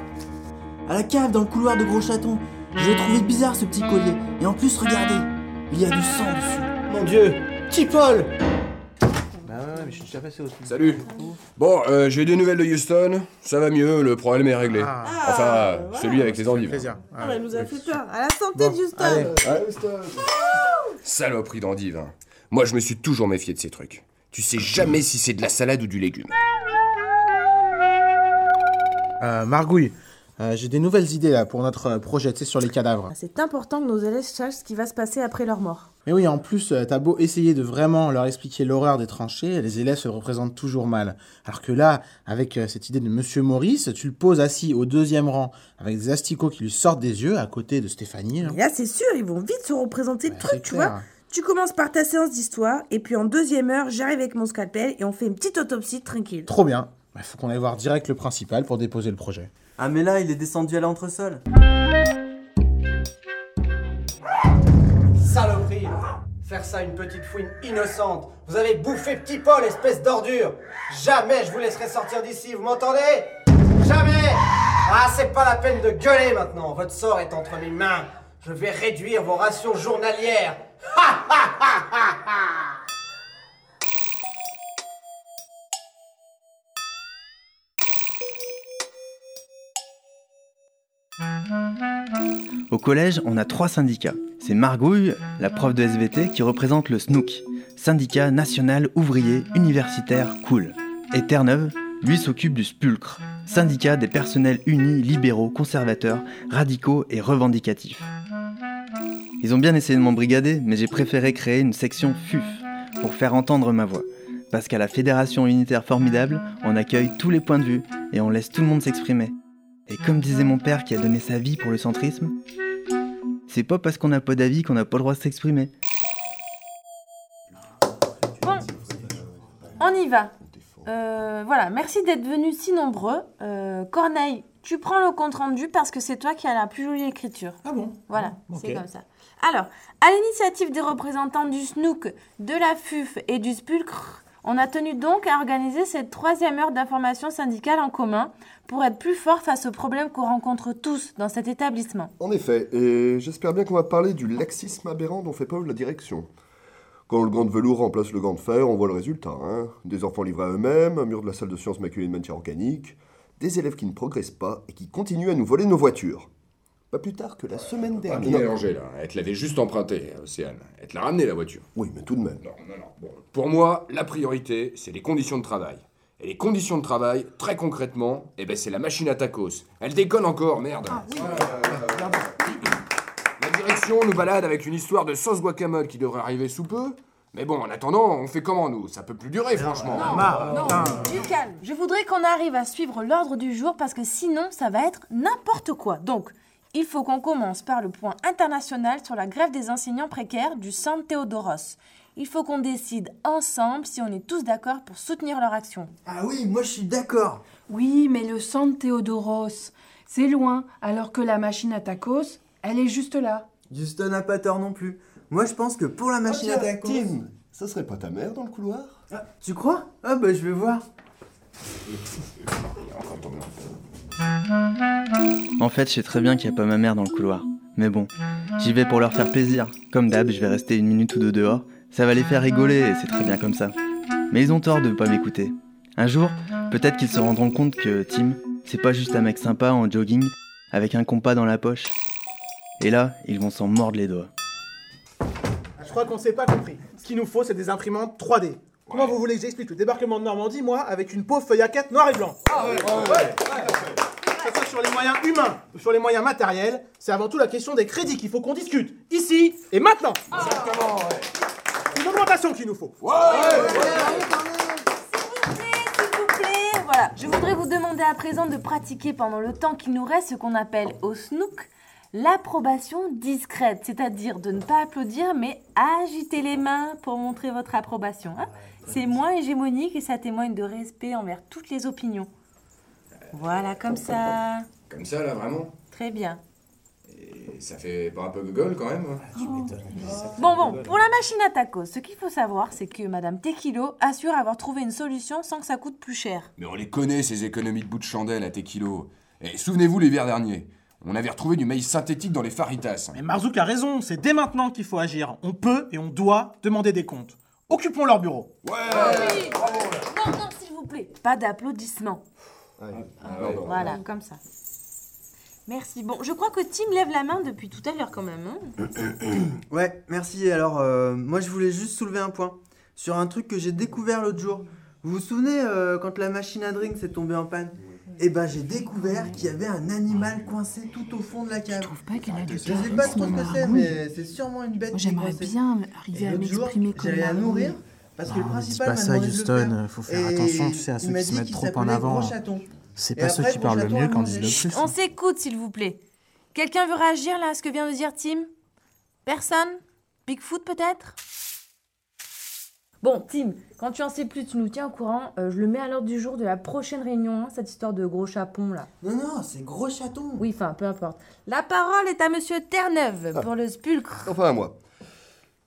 Speaker 15: À la cave, dans le couloir de Gros Chaton. Je l'ai trouvé bizarre ce petit collier. Et en plus, regardez, il y a du sang dessus.
Speaker 5: Mon dieu Petit Paul
Speaker 8: Bah ouais, ouais, mais je suis déjà passé au
Speaker 12: Salut Bon, euh, j'ai des nouvelles de Houston, ça va mieux, le problème est réglé. enfin, celui avec les endives. hein.
Speaker 6: Ah, elle nous a fait peur. À la santé, Houston
Speaker 12: Saloperie d'endives. hein. Moi, je me suis toujours méfié de ces trucs. Tu sais jamais si c'est de la salade ou du légume.
Speaker 18: Hum.
Speaker 8: Euh, Margouille, euh, j'ai des nouvelles idées là pour notre euh, projet, tu sais, sur les cadavres.
Speaker 6: C'est important que nos élèves sachent ce qui va se passer après leur mort.
Speaker 21: Mais oui, en plus, euh, t'as beau essayer de vraiment leur expliquer l'horreur des tranchées, les élèves se le représentent toujours mal. Alors que là, avec euh, cette idée de Monsieur Maurice, tu le poses assis au deuxième rang, avec des asticots qui lui sortent des yeux, à côté de Stéphanie. hein.
Speaker 6: Et là, c'est sûr, ils vont vite se représenter le truc, tu
Speaker 21: clair.
Speaker 6: vois. Tu commences par ta séance d'histoire, et puis en deuxième heure, j'arrive avec mon scalpel et on fait une petite autopsie tranquille.
Speaker 21: Trop bien. Il faut qu'on aille voir direct le principal pour déposer le projet.
Speaker 9: Ah mais là, il est descendu à l'entresol.
Speaker 5: Saloperie hein. Faire ça à une petite fouine innocente Vous avez bouffé petit Paul, espèce d'ordure Jamais je vous laisserai sortir d'ici, vous m'entendez Jamais Ah, c'est pas la peine de gueuler maintenant Votre sort est entre mes mains Je vais réduire vos rations journalières Ha ha ha ha ha
Speaker 15: Au collège, on a trois syndicats. C'est Margouille, la prof de SVT, qui représente le SNOOK, syndicat national ouvrier universitaire cool. Et Terre-Neuve, lui s'occupe du SPULCRE, syndicat des personnels unis, libéraux, conservateurs, radicaux et revendicatifs. Ils ont bien essayé de m'embrigader, mais j'ai préféré créer une section FUF pour faire entendre ma voix. Parce qu'à la Fédération Unitaire Formidable, on accueille tous les points de vue et on laisse tout le monde s'exprimer. Et comme disait mon père qui a donné sa vie pour le centrisme, c'est pas parce qu'on n'a pas d'avis qu'on n'a pas le droit de s'exprimer.
Speaker 6: Bon, on y va. Euh, voilà, merci d'être venus si nombreux. Euh, Corneille, tu prends le compte-rendu parce que c'est toi qui as la plus jolie écriture. Ah bon Voilà,
Speaker 13: Bon,
Speaker 6: c'est
Speaker 13: ok.
Speaker 6: comme ça. Alors, à l'initiative des représentants du SNOOK, de la FUF et du SPULCRE, on a tenu donc à organiser cette troisième heure d'information syndicale en commun pour être plus fort face aux problèmes qu'on rencontre tous dans cet établissement.
Speaker 14: En effet, et j'espère bien qu'on va parler du laxisme aberrant dont fait preuve la direction. Quand le gant de velours remplace le gant de fer, on voit le résultat. hein. Des enfants livrés à eux-mêmes, un mur de la salle de sciences maculé de matière organique, des élèves qui ne progressent pas et qui continuent à nous voler nos voitures. Pas plus tard que la semaine
Speaker 12: Ah,
Speaker 14: dernière.
Speaker 12: bien mélangé là, elle te l'avait juste emprunté, euh, Océane. Elle te l'a ramené la voiture.
Speaker 14: Oui, mais tout de même.
Speaker 12: Non, non, non. Bon, pour moi, la priorité, c'est les conditions de travail. Et les conditions de travail, très concrètement, eh ben, c'est la machine à tacos. Elle déconne encore, merde. La direction nous balade avec une histoire de sauce guacamole qui devrait arriver sous peu. Mais bon, en attendant, on fait comment nous Ça peut plus durer, franchement.
Speaker 6: Non, du calme. Je voudrais qu'on arrive à suivre l'ordre du jour parce que sinon, ça va être n'importe quoi. Donc, il faut qu'on commence par le point international sur la grève des enseignants précaires du Centre Théodoros. Il faut qu'on décide ensemble si on est tous d'accord pour soutenir leur action.
Speaker 9: Ah oui, moi je suis d'accord.
Speaker 22: Oui, mais le centre Théodoros, c'est loin, alors que la machine à tacos, elle est juste là.
Speaker 9: Houston n'a pas tort non plus. Moi je pense que pour la machine
Speaker 14: tiens,
Speaker 9: à tacos...
Speaker 14: Tim, ça serait pas ta mère dans le couloir
Speaker 9: Tu crois Ah bah je vais voir.
Speaker 15: En fait, je sais très bien qu'il n'y a pas ma mère dans le couloir. Mais bon, j'y vais pour leur faire plaisir. Comme d'hab, je vais rester une minute ou deux dehors. Ça va les faire rigoler et c'est très bien comme ça. Mais ils ont tort de ne pas m'écouter. Un jour, peut-être qu'ils se rendront compte que Tim, c'est pas juste un mec sympa en jogging avec un compas dans la poche. Et là, ils vont s'en mordre les doigts.
Speaker 8: Je crois qu'on s'est pas compris. Ce qu'il nous faut, c'est des imprimantes 3D. Comment vous voulez que j'explique le débarquement de Normandie, moi, avec une pauvre feuille à 4 noir et blanc
Speaker 18: Ah
Speaker 8: Que ce soit sur les moyens humains ou sur les moyens matériels, c'est avant tout la question des crédits qu'il faut qu'on discute, ici et maintenant Exactement, C'est une augmentation qu'il nous faut
Speaker 6: Et voilà, je voudrais vous demander à présent de pratiquer pendant le temps qu'il nous reste ce qu'on appelle au snook l'approbation discrète, c'est-à-dire de ne pas applaudir mais agiter les mains pour montrer votre approbation. hein. C'est moins hégémonique et ça témoigne de respect envers toutes les opinions. Voilà, comme ça.
Speaker 12: Comme ça, là, vraiment
Speaker 6: Très bien.
Speaker 12: Et Ça fait pas un peu gogol quand même hein
Speaker 6: Bon, bon, pour la machine à tacos, ce qu'il faut savoir, c'est que Madame Tequilo assure avoir trouvé une solution sans que ça coûte plus cher.
Speaker 12: Mais on les connaît, ces économies de bout de chandelle à Tequilo. Et souvenez-vous l'hiver dernier, on avait retrouvé du maïs synthétique dans les faritas.
Speaker 8: Mais Marzouk a raison, c'est dès maintenant qu'il faut agir. On peut et on doit demander des comptes. Occupons leur bureau
Speaker 6: Non, non, s'il vous plaît, pas d'applaudissements. Ah
Speaker 14: Ah
Speaker 15: Ah
Speaker 6: Voilà, comme ça. Merci. Bon, je crois que Tim lève la main depuis tout à l'heure quand même. hein.
Speaker 9: ouais, merci. Alors, euh, moi, je voulais juste soulever un point sur un truc que j'ai découvert l'autre jour. Vous vous souvenez euh, quand la machine à drink s'est tombée en panne
Speaker 15: eh ben j'ai découvert qu'il y avait un animal coincé tout au fond de la cave. Je trouve
Speaker 18: pas qu'elle a du
Speaker 15: Je sais pas trop ce
Speaker 18: charisme,
Speaker 15: que c'est,
Speaker 18: Margouille.
Speaker 15: mais c'est sûrement une bête.
Speaker 18: Ah Moi,
Speaker 15: qui
Speaker 18: j'aimerais
Speaker 15: est coincée.
Speaker 18: bien
Speaker 15: Et
Speaker 18: arriver à
Speaker 15: l'autre jour,
Speaker 18: m'exprimer comme Ah,
Speaker 15: J'allais la
Speaker 18: Margouille.
Speaker 15: nourrir parce que le
Speaker 23: Non, mais dis
Speaker 15: principal
Speaker 23: pas
Speaker 15: m'a
Speaker 23: ça,
Speaker 15: demandé de le
Speaker 23: Houston, euh,
Speaker 15: faire.
Speaker 23: faut faire
Speaker 15: Et
Speaker 23: attention, tu sais, à
Speaker 15: il
Speaker 23: ceux
Speaker 15: m'a
Speaker 23: qui se
Speaker 15: dit
Speaker 23: mettent
Speaker 15: qu'il
Speaker 23: trop en
Speaker 15: s'appelait
Speaker 23: avant,
Speaker 15: Gros
Speaker 23: hein.
Speaker 15: Chaton.
Speaker 23: C'est
Speaker 15: Et
Speaker 23: pas ceux
Speaker 15: après,
Speaker 23: qui
Speaker 15: Gros
Speaker 23: parlent le
Speaker 15: Chaton
Speaker 23: mieux
Speaker 15: a
Speaker 23: qui en disent le
Speaker 15: mangé.
Speaker 23: plus.
Speaker 24: On s'écoute, s'il vous plaît.
Speaker 6: Quelqu'un veut réagir là à ce que vient de dire Tim Personne Bigfoot peut-être Bon, Tim, quand tu en sais plus, tu nous tiens au courant. Euh, je le mets à l'ordre du jour de la prochaine réunion, hein, cette histoire de gros chapon là.
Speaker 15: Non, non, c'est Gros Chaton.
Speaker 6: Oui, enfin, peu importe. La parole est à monsieur Terre-Neuve
Speaker 15: Ah.
Speaker 6: pour le spulcre.
Speaker 14: Enfin, à moi.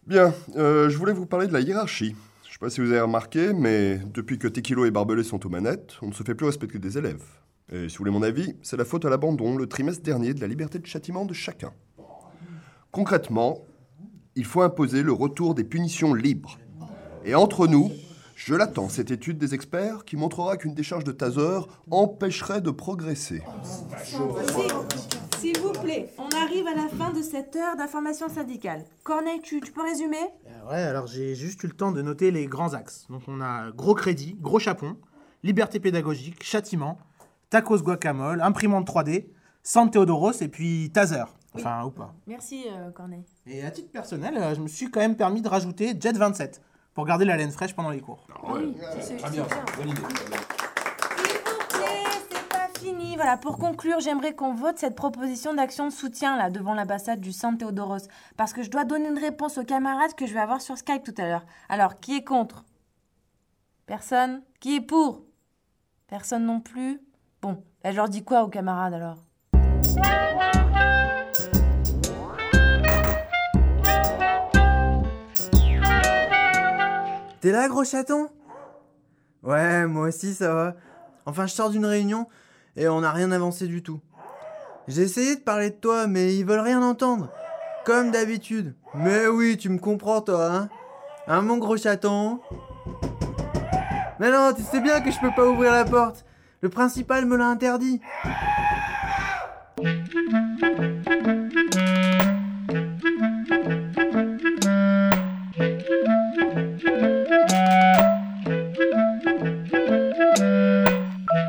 Speaker 14: Bien, euh, je voulais vous parler de la hiérarchie. Je sais pas si vous avez remarqué, mais depuis que Tequilo et Barbelé sont aux manettes, on ne se fait plus respecter des élèves. Et si vous voulez mon avis, c'est la faute à l'abandon le trimestre dernier de la liberté de châtiment de chacun. Concrètement, il faut imposer le retour des punitions libres. Et entre nous, je l'attends, cette étude des experts qui montrera qu'une décharge de taser empêcherait de progresser.
Speaker 6: S'il vous plaît, on arrive à la fin de cette heure d'information syndicale. Corneille, tu, tu peux résumer
Speaker 8: Ouais, alors j'ai juste eu le temps de noter les grands axes. Donc on a gros crédit, gros chapon, liberté pédagogique, châtiment, tacos guacamole, imprimante 3D, San Theodoros et puis taser. Enfin, ou pas.
Speaker 6: Merci, euh, Corneille.
Speaker 8: Et à titre personnel, euh, je me suis quand même permis de rajouter Jet 27 pour garder la laine fraîche pendant les cours.
Speaker 12: Très bien, bonne idée.
Speaker 6: Fini, voilà, pour conclure, j'aimerais qu'on vote cette proposition d'action de soutien là devant l'ambassade du San Theodoros parce que je dois donner une réponse aux camarades que je vais avoir sur Skype tout à l'heure. Alors, qui est contre Personne Qui est pour Personne non plus Bon, bah, je leur dis quoi aux camarades alors
Speaker 15: T'es là, gros chaton Ouais, moi aussi, ça va. Enfin, je sors d'une réunion et on n'a rien avancé du tout. J'ai essayé de parler de toi, mais ils veulent rien entendre. Comme d'habitude. Mais oui, tu me comprends, toi, hein Hein, mon gros chaton Mais non, tu sais bien que je peux pas ouvrir la porte. Le principal me l'a interdit.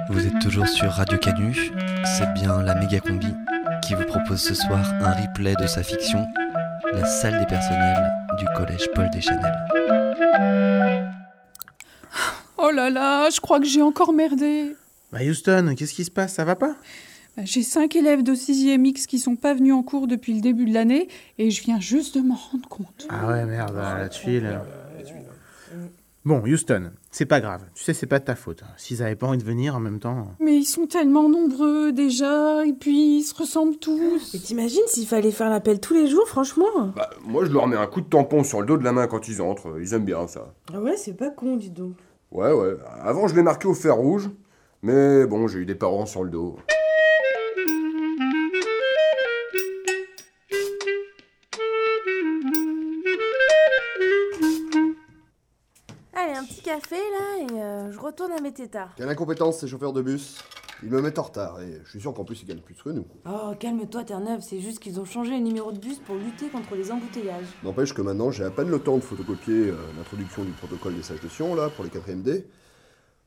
Speaker 3: Vous êtes toujours sur Radio Canu, c'est bien la méga combi qui vous propose ce soir un replay de sa fiction, La salle des personnels du collège Paul Deschanel.
Speaker 9: Oh là là, je crois que j'ai encore merdé.
Speaker 23: Bah Houston, qu'est-ce qui se passe Ça va pas
Speaker 9: Bah, J'ai cinq élèves de 6e X qui sont pas venus en cours depuis le début de l'année et je viens juste de m'en rendre compte.
Speaker 23: Ah ouais, merde, ah, la tuile.
Speaker 8: hein.
Speaker 23: Bon, Houston, c'est pas grave. Tu sais, c'est pas de ta faute. S'ils avaient pas envie de venir en même temps.
Speaker 9: Mais ils sont tellement nombreux déjà et puis ils se ressemblent tous.
Speaker 6: Et t'imagines s'il fallait faire l'appel tous les jours, franchement
Speaker 12: Bah, moi, je leur mets un coup de tampon sur le dos de la main quand ils entrent. Ils aiment bien ça.
Speaker 6: Ah ouais, c'est pas con, dis donc.
Speaker 12: Ouais, ouais. Avant, je les marquais au fer rouge. Mais bon, j'ai eu des parents sur le dos.
Speaker 6: Allez, un petit café là et euh, je retourne à mes tétards.
Speaker 14: Quelle incompétence ces chauffeurs de bus Ils me mettent en retard et je suis sûr qu'en plus ils gagnent plus que nous.
Speaker 6: Oh, calme-toi, Terre-Neuve, c'est juste qu'ils ont changé les numéros de bus pour lutter contre les embouteillages.
Speaker 14: N'empêche que maintenant j'ai à peine le temps de photocopier euh, l'introduction du protocole des sages de Sion là pour les 4 D.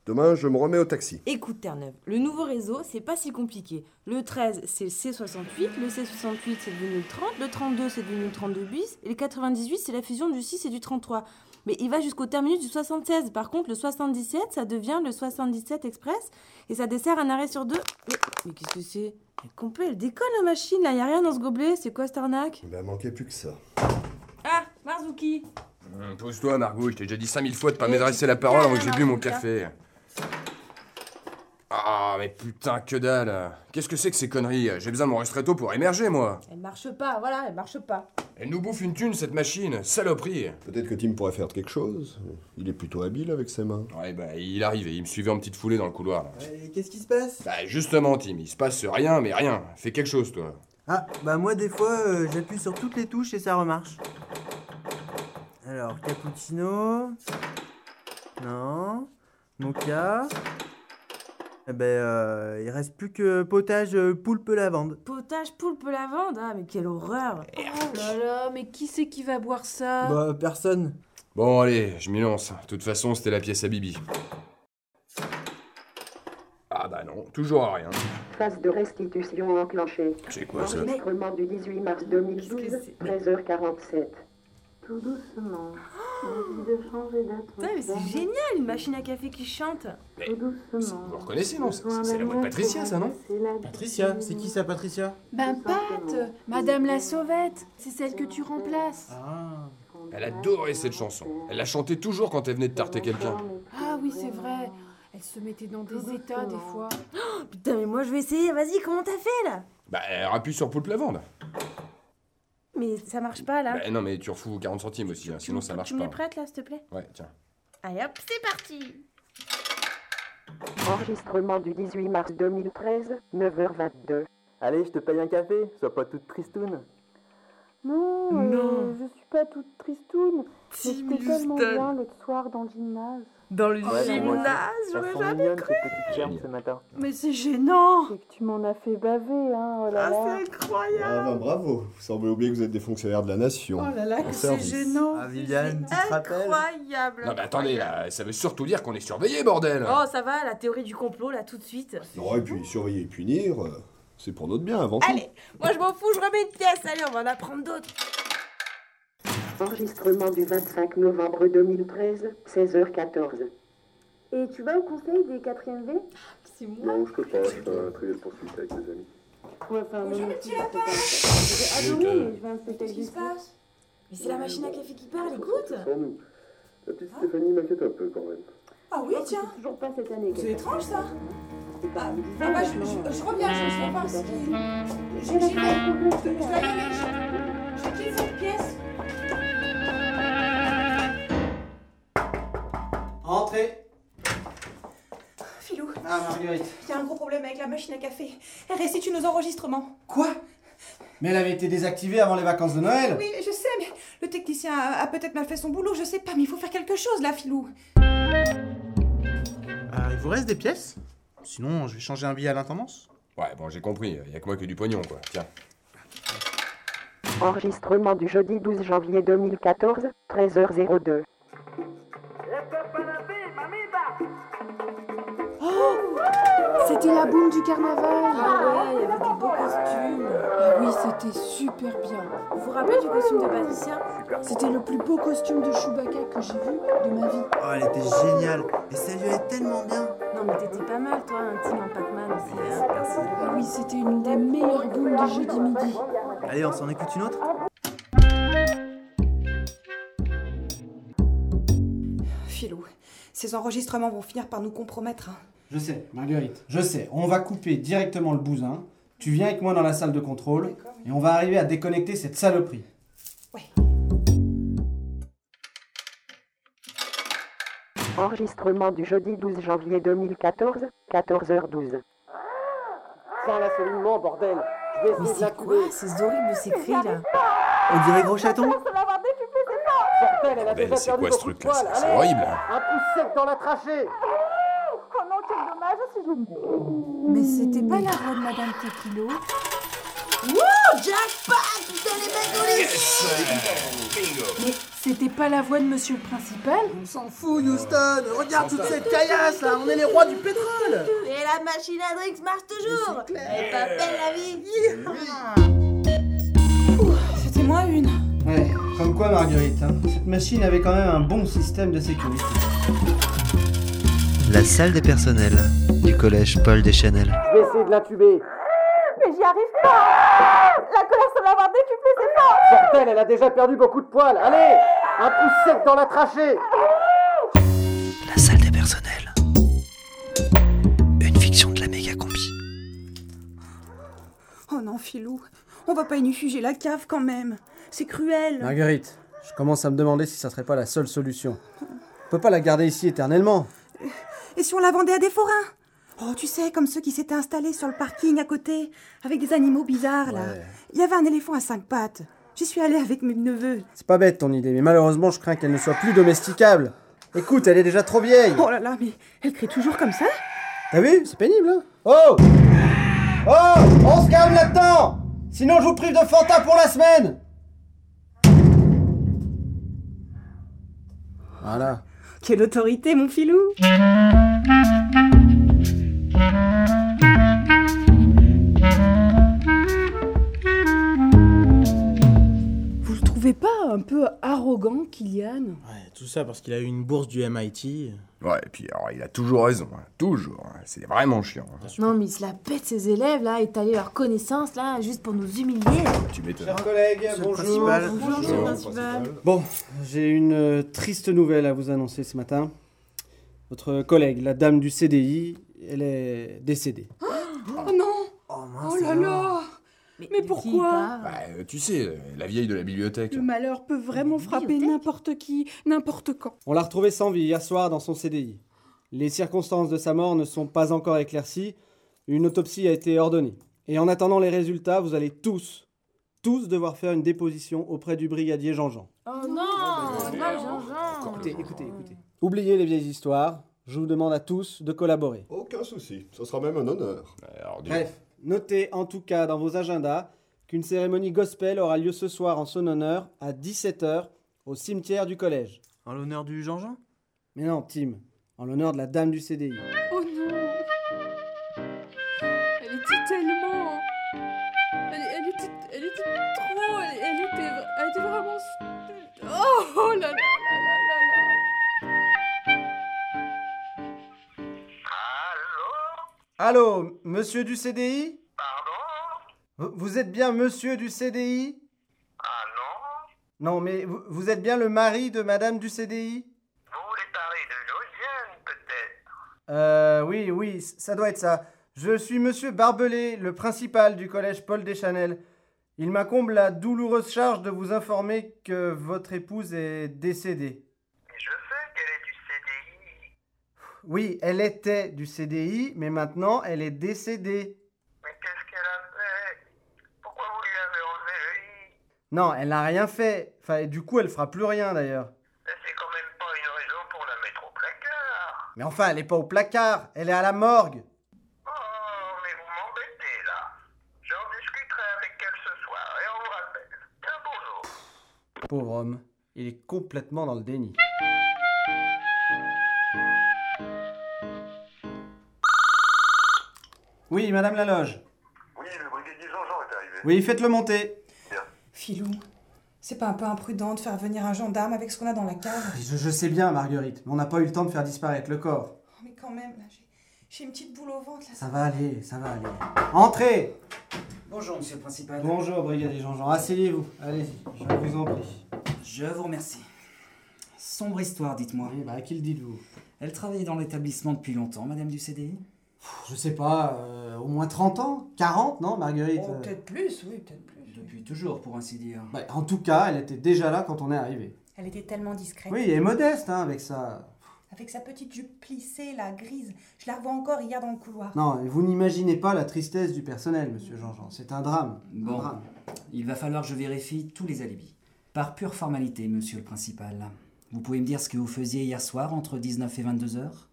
Speaker 14: Demain je me remets au taxi.
Speaker 6: Écoute, Terre-Neuve, le nouveau réseau, c'est pas si compliqué. Le 13, c'est le C68, le C68, c'est devenu le 30, le 32, c'est devenu le 32 bis, et le 98, c'est la fusion du 6 et du 33. Mais il va jusqu'au terminus du 76. Par contre, le 77, ça devient le 77 Express, et ça dessert un arrêt sur deux. Mais, mais qu'est-ce que c'est Mais complet, elle déconne la machine, là, y a rien dans ce gobelet, c'est quoi cette arnaque
Speaker 14: Il m'a manqué plus que ça.
Speaker 6: Ah, Marzuki
Speaker 12: Hum, Pose-toi, Margot, je t'ai déjà dit 5000 fois de pas m'adresser la parole avant que j'ai bu mon café. Ah, mais putain, que dalle Qu'est-ce que c'est que ces conneries J'ai besoin de mon ristretto pour émerger, moi
Speaker 6: Elle marche pas, voilà, elle marche pas.
Speaker 12: Elle nous bouffe une thune, cette machine Saloperie
Speaker 14: Peut-être que Tim pourrait faire quelque chose. Il est plutôt habile avec ses mains.
Speaker 12: Ouais, bah, il arrive et il me suivait en petite foulée dans le couloir. là.
Speaker 15: Et qu'est-ce qui se passe
Speaker 12: Bah, justement, Tim, il se passe rien, mais rien. Fais quelque chose, toi.
Speaker 15: Ah, bah moi des fois, euh, j'appuie sur toutes les touches et ça remarche. Alors, cappuccino. Non. Mocha. Eh ben, euh, il reste plus que potage euh, poulpe lavande.
Speaker 6: Potage, poulpe, lavande, ah, mais quelle horreur
Speaker 18: Oh là là, mais qui c'est qui va boire ça
Speaker 12: Bah,
Speaker 15: personne.
Speaker 12: Bon, allez, je m'y lance. De toute façon, c'était la pièce à Bibi. Ah bah non, Bon, toujours rien.
Speaker 25: Phase de restitution enclenchée.
Speaker 12: C'est quoi, ça
Speaker 25: Enregistrement du 18 mars 2012, 13h47.
Speaker 6: Tout doucement.
Speaker 25: Envie de changer
Speaker 6: Putain, mais c'est génial, une machine à café qui chante.
Speaker 12: Tout doucement. Vous reconnaissez, non C'est c'est la voix de Patricia, ça, non
Speaker 26: Patricia, c'est qui ça, Patricia
Speaker 6: Bah,
Speaker 9: Ben, Pat, Madame la Sauvette, c'est celle que tu remplaces.
Speaker 12: Elle adorait cette chanson. Elle la chantait toujours quand elle venait de tarter quelqu'un.
Speaker 9: Ah oui, c'est vrai. Elle se mettait dans des états des fois.
Speaker 6: Putain, mais moi je vais essayer, vas-y, comment t'as fait là
Speaker 12: Bah, elle appuie sur Poulpe Lavande.
Speaker 6: Mais ça marche pas là.
Speaker 12: Bah, non, mais tu refous 40 centimes aussi, hein, sinon ça marche
Speaker 6: tu me les
Speaker 12: pas.
Speaker 6: prêtes là, s'il te plaît
Speaker 12: Ouais, tiens.
Speaker 6: Allez hop, c'est parti
Speaker 25: Enregistrement du 18 mars 2013, 9h22.
Speaker 27: Allez, je te paye un café, sois pas toute tristoune.
Speaker 18: Non, euh,
Speaker 27: Non.
Speaker 18: je suis pas toute tristoune. mais
Speaker 27: Tim
Speaker 18: C'était tellement
Speaker 27: Houston.
Speaker 18: bien l'autre soir dans le gymnase.
Speaker 27: Dans le
Speaker 18: gymnase, j'aurais jamais
Speaker 27: cru. Petite germe ce matin.
Speaker 18: Mais c'est gênant C'est que tu m'en as fait baver, hein, oh là là. c'est incroyable
Speaker 14: Ah bah bravo, vous semblez oublier que vous êtes des fonctionnaires de la nation.
Speaker 18: Oh là là,
Speaker 14: En
Speaker 18: que c'est
Speaker 14: service.
Speaker 18: gênant.
Speaker 14: Ah Viviane,
Speaker 6: Incroyable
Speaker 12: Non, mais attendez, là, ça veut surtout dire qu'on est surveillé, bordel
Speaker 6: Oh, ça va, la théorie du complot là, tout de suite.
Speaker 14: Non, et puis surveiller et punir, euh, c'est pour notre bien avant tout.
Speaker 6: Allez, moi je m'en fous, je remets une pièce, allez, on va en apprendre d'autres.
Speaker 25: Enregistrement du 25 novembre 2013, 16h14.
Speaker 18: Et tu vas au conseil des 4ème V
Speaker 6: Ah,
Speaker 18: C'est moi
Speaker 28: Non, je peux pas, je suis pas privé de poursuite avec mes amis.
Speaker 18: Ouais, enfin,
Speaker 6: Bonjour,
Speaker 18: non,
Speaker 6: le
Speaker 18: tu
Speaker 6: petit
Speaker 18: vas pas.
Speaker 6: lapin.
Speaker 18: Ah
Speaker 28: Putain.
Speaker 18: oui, mais je vais un peu
Speaker 6: Qu'est-ce qui se passe Mais c'est la machine à café qui parle, écoute
Speaker 28: Sans nous. La petite Stéphanie m'inquiète un peu quand même.
Speaker 6: Oh,
Speaker 18: Ah oui, tiens Toujours pas cette année.
Speaker 6: C'est étrange, ça
Speaker 18: Ah,
Speaker 6: Ah bah, je, je- je reviens, je, je vais voir ce qui... Je, j'y vais. Je, je dois y aller, je- je quitte cette pièce.
Speaker 5: Entrez
Speaker 13: Philou,
Speaker 5: Ah, Marguerite.
Speaker 13: il y a un gros problème avec la machine à café. Elle restitue nos enregistrements. Quoi
Speaker 5: Mais elle avait été désactivée avant les vacances de Noël
Speaker 13: Oui, je sais, mais le technicien a, a peut-être mal fait son boulot, je sais pas, mais il faut faire quelque chose là, Philou.
Speaker 8: Euh, il vous reste des pièces Sinon, je vais changer un billet à l'intendance.
Speaker 12: Ouais, bon, j'ai compris, y a que moi qui ai du pognon, quoi. Tiens.
Speaker 25: Enregistrement du jeudi 12 janvier 2014, 13h02.
Speaker 9: Oh C'était la boum du carnaval Ah ouais, il y avait des beaux costumes Ah oui, c'était super bien Vous vous rappelez du costume de Patricia C'était le plus beau costume de Chewbacca que j'ai vu de ma vie.
Speaker 15: Oh, elle était géniale. Et ça lui allait tellement bien.
Speaker 6: Non, mais t'étais pas mal, toi, un petit en Pac-Man aussi. hein.
Speaker 9: Ah oui, c'était une des meilleures boules de jeudi midi.
Speaker 20: Allez, on s'en écoute une autre
Speaker 13: Philou, ces enregistrements vont finir par nous compromettre. hein.
Speaker 5: Je sais, Marguerite, je sais. On va couper directement le bousin. Tu viens avec moi dans la salle de contrôle et on va arriver à déconnecter cette saloperie.
Speaker 25: Enregistrement du jeudi 12 janvier 2014, 14h12.
Speaker 5: Tiens, là, c'est bordel Je vais
Speaker 6: Mais c'est quoi ces horribles ces cris là
Speaker 20: On dirait gros chaton
Speaker 12: Bordel, Ben, c'est quoi ce truc-là C'est- C'est horrible.
Speaker 5: Un pouce sec dans la trachée
Speaker 18: Oh non, quel dommage si je... Mais c'était pas la robe Madame Tequilo
Speaker 6: Wouh Jackpot Putain, les mecs dans les
Speaker 9: Mais c'était pas la voix de monsieur le principal On s'en fout, Houston
Speaker 5: Regarde toute cette
Speaker 9: caillasse, là, on est les rois du pétrole
Speaker 6: Et la machine à drinks marche toujours Elle est pas belle la vie
Speaker 13: C'était moi une.
Speaker 5: Ouais, comme quoi, Marguerite, hein, cette machine avait quand même un bon système de sécurité.
Speaker 10: La salle des personnels du collège Paul Deschanel.
Speaker 5: Je vais essayer de l'intuber
Speaker 18: Mais j'y arrive pas La colère semble avoir décuplé ses forces
Speaker 5: Bordel, elle a déjà perdu beaucoup de poils Allez Un pouce sec dans la trachée
Speaker 10: La salle des personnels. Une fiction de la méga combi.
Speaker 13: Oh non, Philou, on va pas infuser la cave quand même. C'est cruel.
Speaker 5: Marguerite, je commence à me demander si ça serait pas la seule solution. On peut pas la garder ici éternellement.
Speaker 13: Et si on la vendait à des forains Oh, tu sais, comme ceux qui s'étaient installés sur le parking à côté, avec des animaux bizarres, là. Il y avait un éléphant à cinq pattes. J'y suis allée avec mes neveux.
Speaker 5: C'est pas bête ton idée, mais malheureusement, je crains qu'elle ne soit plus domesticable. Écoute, elle est déjà trop vieille.
Speaker 13: Oh là là, mais elle crie toujours comme ça
Speaker 5: T'as vu C'est pénible, hein Oh Oh On se calme là-dedans Sinon, je vous prive de Fanta pour la semaine
Speaker 13: Voilà. Quelle autorité, mon filou
Speaker 9: peu arrogant, Kylian.
Speaker 8: Ouais, tout ça parce qu'il a eu une bourse du MIT.
Speaker 12: Ouais, et puis alors, il a toujours raison, hein, toujours. hein, C'est vraiment chiant. hein.
Speaker 6: Non, mais il se la pète, ses élèves, là, étaler leurs connaissances, là, juste pour nous humilier.
Speaker 12: Tu
Speaker 5: Chers collègues, bonjour.
Speaker 6: principal. Bonjour, monsieur le principal.
Speaker 5: Bon, j'ai une euh, triste nouvelle à vous annoncer ce matin. Votre collègue, la dame du CDI, elle est décédée.
Speaker 9: Oh non Oh, là là Mais, pourquoi
Speaker 12: Euh, tu sais, euh, la vieille de la bibliothèque.
Speaker 9: Le malheur peut vraiment frapper n'importe qui, n'importe quand.
Speaker 5: On l'a retrouvée sans vie hier soir dans son CDI. Les circonstances de sa mort ne sont pas encore éclaircies. Une autopsie a été ordonnée. Et en attendant les résultats, vous allez tous, tous devoir faire une déposition auprès du brigadier Jean-Jean.
Speaker 6: Oh non Jean-Jean
Speaker 5: Écoutez, écoutez, écoutez. Oubliez les vieilles histoires. Je vous demande à tous de collaborer.
Speaker 14: Aucun souci, ce sera même un honneur.
Speaker 5: Bref, notez en tout cas dans vos agendas qu'une cérémonie gospel aura lieu ce soir en son honneur à 17h au cimetière du collège. En l'honneur du Jean-Jean Mais non, Tim, en l'honneur de la dame du CDI.
Speaker 9: Oh non Elle était tellement... hein. Elle, elle était, elle était trop... Elle, elle était, elle était vraiment... Oh, oh là là là là
Speaker 5: Allô, monsieur du CDI Pardon Vous êtes bien monsieur du CDI Ah non Non, mais vous, vous êtes bien le mari de madame du CDI Vous voulez parler de Josiane, peut-être Euh, oui, oui, c- ça doit être ça. Je suis monsieur Barbelé, le principal du collège Paul Deschanel. Il m'incombe la douloureuse charge de vous informer que votre épouse est décédée. Oui, elle était du CDI, mais maintenant elle est décédée. Mais qu'est-ce qu'elle a fait Pourquoi vous lui avez enlevé Non, elle n'a rien fait. Enfin, et du coup, elle fera plus rien d'ailleurs. C'est quand même pas une raison pour la mettre au placard. Mais enfin, elle n'est pas au placard, elle est à la morgue. Pauvre homme, il est complètement dans le déni. Oui, madame Laloge. Oui, faites-le monter.
Speaker 13: Filou, c'est pas un peu imprudent de faire venir un gendarme avec ce qu'on a dans la cave
Speaker 29: Ah.
Speaker 5: Je, je sais bien, Marguerite, mais on n'a pas eu le temps de faire disparaître le corps.
Speaker 13: Oh, Mais quand même, là, j'ai- j'ai une petite boule au ventre. Là.
Speaker 5: Ça va aller, ça va aller. Entrez
Speaker 29: Bonjour, monsieur le principal.
Speaker 5: Bonjour, brigadier Jean-Jean. Asseyez-vous. Allez-y, je vous en prie.
Speaker 29: Je vous remercie. Sombre histoire, dites-moi.
Speaker 5: Oui, bah, qui le dites-vous
Speaker 29: Elle travaillait dans l'établissement depuis longtemps, madame du CDI
Speaker 5: Je sais pas, euh, au moins 30 ans 40, non, Marguerite Euh,
Speaker 29: plus, oui, peut-être plus. Depuis toujours, pour ainsi dire.
Speaker 5: bah, En tout cas, elle était déjà là quand on est arrivé.
Speaker 13: Elle était tellement discrète.
Speaker 5: Oui, et modeste, hein, avec ça.
Speaker 13: Avec sa petite jupe plissée, la grise. Je la revois encore hier dans le couloir.
Speaker 5: Non, et vous n'imaginez pas la tristesse du personnel, monsieur Jean-Jean. C'est un drame. un
Speaker 29: Bon,
Speaker 5: drame.
Speaker 29: il va falloir que je vérifie tous les alibis. Par pure formalité, monsieur le principal, vous pouvez me dire ce que vous faisiez hier soir entre 19 et 22 heures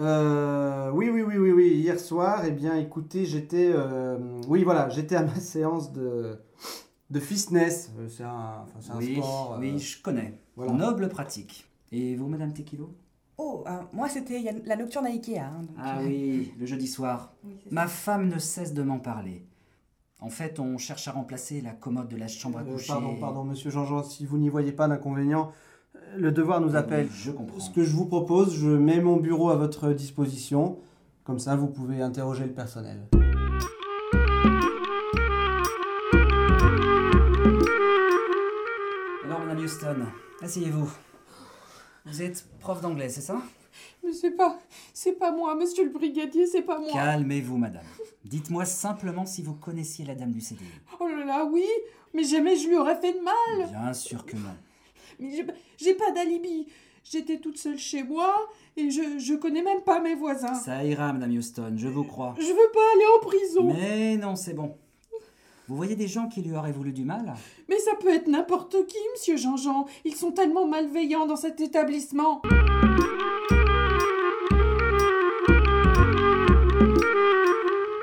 Speaker 5: Euh, oui, oui, oui, oui, oui. Hier soir, eh bien, écoutez, j'étais, euh, oui, voilà, j'étais à ma séance de de fitness. Euh, C'est un, enfin, c'est un
Speaker 29: Oui,
Speaker 5: sport. euh,
Speaker 29: oui, je connais.
Speaker 5: voilà.
Speaker 29: Noble pratique. Et vous, madame Tequilo
Speaker 13: Oh, euh, moi, c'était il y a la nocturne à Ikea. hein, donc,
Speaker 29: Ah
Speaker 13: euh,
Speaker 29: oui, le jeudi soir.
Speaker 13: Oui, c'est ça.
Speaker 29: Ma femme ne cesse de m'en parler. En fait, on cherche à remplacer la commode de la chambre à
Speaker 5: euh,
Speaker 29: coucher.
Speaker 5: pardon, pardon, monsieur Jean-Jean, si vous n'y voyez pas d'inconvénient, euh, le devoir nous appelle.
Speaker 29: Je comprends.
Speaker 5: Ce que je vous propose, je mets mon bureau à votre disposition. Comme ça, vous pouvez interroger le personnel.
Speaker 29: Alors, madame Houston, asseyez-vous. Vous êtes prof d'anglais, c'est ça
Speaker 9: Mais c'est pas... C'est pas moi, monsieur le brigadier, c'est pas moi.
Speaker 29: Calmez-vous, madame. Dites-moi simplement si vous connaissiez la dame du CDI.
Speaker 9: Oh là là, oui Mais jamais je lui aurais fait de mal
Speaker 29: Bien sûr que non.
Speaker 9: Mais j'ai- j'ai pas d'alibi. J'étais toute seule chez moi et je, je connais même pas mes voisins.
Speaker 29: Ça ira, madame Houston, je vous crois.
Speaker 9: Je veux pas aller en prison. Mais,
Speaker 29: Mais non, c'est bon. Vous voyez des gens qui lui auraient voulu du mal
Speaker 9: ça peut être n'importe qui, monsieur Jean-Jean. Ils sont tellement malveillants dans cet établissement.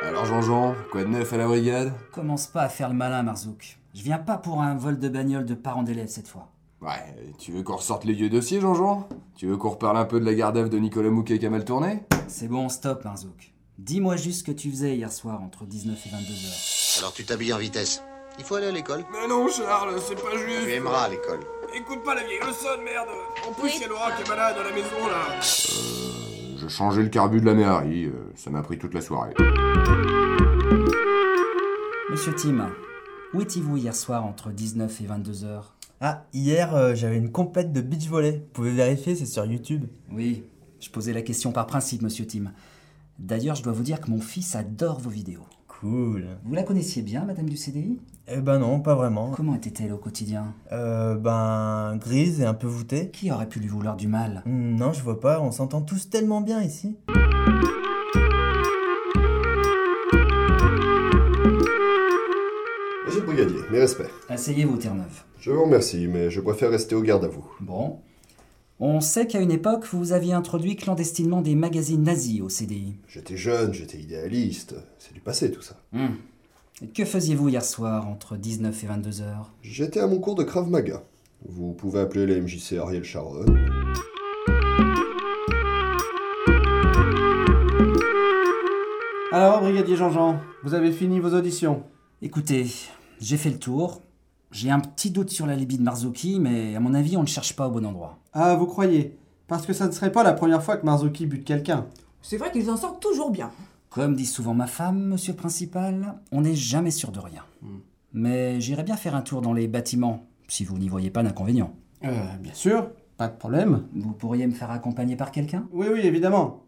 Speaker 12: Alors Jean-Jean, quoi de neuf à la brigade
Speaker 29: Commence pas à faire le malin, Marzouk. Je viens pas pour un vol de bagnole de parents d'élèves cette fois.
Speaker 12: Ouais, tu veux qu'on ressorte les vieux dossiers, Jean-Jean Tu veux qu'on reparle un peu de la garde à vue de Nicolas Mouquet qui a mal tourné
Speaker 29: C'est bon, stop, Marzouk. Dis-moi juste ce que tu faisais hier soir entre 19 et 22 heures.
Speaker 30: Alors tu t'habilles en vitesse.
Speaker 3: Il faut aller à l'école.
Speaker 12: Mais non, Charles, c'est pas juste.
Speaker 3: Tu aimeras à l'école.
Speaker 12: Écoute pas la vieille leçonne, merde En plus, il y a Laura qui est malade à la maison, là Euh,
Speaker 4: Je changeais le carbu de la méhari, euh, ça m'a pris toute la soirée.
Speaker 29: Monsieur Tim, où étiez-vous hier soir entre 19 et 22 heures
Speaker 3: Ah, hier, euh, j'avais une compète de beach volley. Vous pouvez vérifier, c'est sur YouTube.
Speaker 29: Oui, je posais la question par principe, monsieur Tim. D'ailleurs, je dois vous dire que mon fils adore vos vidéos.
Speaker 3: Cool.
Speaker 29: Vous la connaissiez bien, madame du CDI
Speaker 3: Eh ben non, pas vraiment.
Speaker 29: Comment était-elle au quotidien
Speaker 3: Euh, ben, grise et un peu voûtée.
Speaker 29: Qui aurait pu lui vouloir du mal
Speaker 3: Hmm, Non, je vois pas, on s'entend tous tellement bien ici.
Speaker 14: Monsieur le brigadier, mes respects.
Speaker 29: Asseyez-vous, Terre-Neuve.
Speaker 14: Je vous remercie, mais je préfère rester au garde à vous.
Speaker 29: Bon. On sait qu'à une époque, vous aviez introduit clandestinement des magazines nazis au CDI.
Speaker 14: J'étais jeune, j'étais idéaliste. C'est du passé tout ça.
Speaker 29: Hmm. Et Que faisiez-vous hier soir entre 19 et 22 heures
Speaker 14: J'étais à mon cours de Krav Maga. Vous pouvez appeler la MJC Ariel Sharon.
Speaker 5: Alors, brigadier Jean-Jean, vous avez fini vos auditions
Speaker 29: Écoutez, j'ai fait le tour. J'ai un petit doute sur la Libye de Marzuki, mais à mon avis, on ne cherche pas au bon endroit.
Speaker 5: Ah, vous croyez Parce que ça ne serait pas la première fois que Marzuki bute quelqu'un.
Speaker 18: C'est vrai qu'ils en sortent toujours bien.
Speaker 29: Comme dit souvent ma femme, monsieur le principal, on n'est jamais sûr de rien. Mais j'irai bien faire un tour dans les bâtiments, si vous n'y voyez pas d'inconvénient.
Speaker 5: Euh, bien sûr, pas de problème.
Speaker 29: Vous pourriez me faire accompagner par quelqu'un
Speaker 5: Oui, oui, évidemment.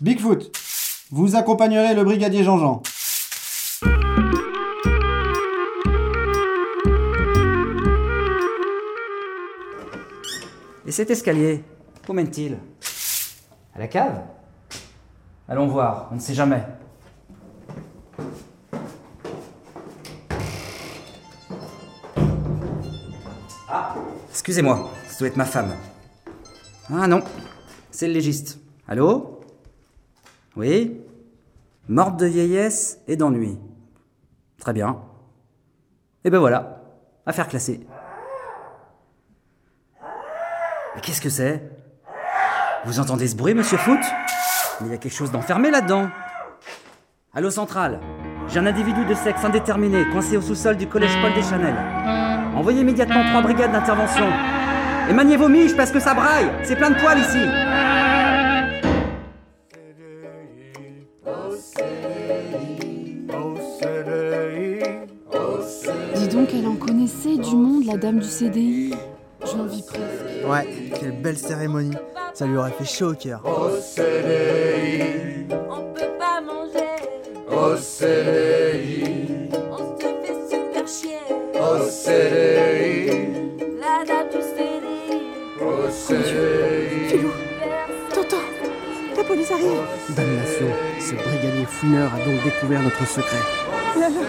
Speaker 5: Bigfoot, vous accompagnerez le brigadier Jean-Jean.
Speaker 29: Et cet escalier, où mène-t-il À la cave Allons voir, on ne sait jamais. Ah Excusez-moi, ça doit être ma femme. Ah non, c'est le légiste. Allô Oui Morte de vieillesse et d'ennui. Très bien. Et ben voilà, affaire classée. Mais qu'est-ce que c'est Vous entendez ce bruit, monsieur Foot Mais il y a quelque chose d'enfermé là-dedans. Allô centrale, j'ai un individu de sexe indéterminé coincé au sous-sol du collège Paul Deschanel. Envoyez immédiatement trois brigades d'intervention. Et maniez vos miches parce que ça braille, c'est plein de poils ici.
Speaker 31: Dis donc, elle en connaissait du monde, la dame du CDI. J'en vis presque.
Speaker 20: Ouais, quelle belle cérémonie. Ça lui aurait fait chaud au cœur.
Speaker 18: On peut pas manger.
Speaker 14: Au
Speaker 18: CDI. On se fait super chier. Au CDI. La dame du CDI. Au CDI.
Speaker 13: Tonton, la police arrive.
Speaker 5: Damnation, ce brigadier fouineur a donc découvert notre secret.
Speaker 13: Oh là là,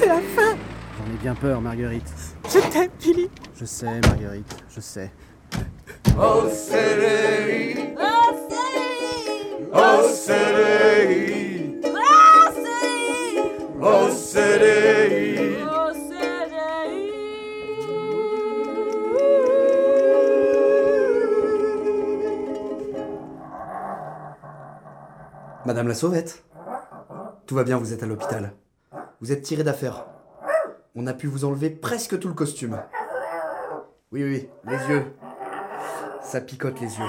Speaker 13: c'est la fin.
Speaker 5: J'en ai bien peur, Marguerite.
Speaker 13: Je t'aime, Billy.
Speaker 5: Je sais, Marguerite, je sais.
Speaker 12: Oh,
Speaker 5: Oh,
Speaker 18: Au CDI. Au CDI. Au CDI. Au CDI. Au CDI. Au CDI.
Speaker 3: Madame la Sauvette Tout va bien, vous êtes à l'hôpital. Vous êtes tirée d'affaire. On a pu vous enlever presque tout le costume. Oui, oui, oui, les yeux. Ça picote les yeux.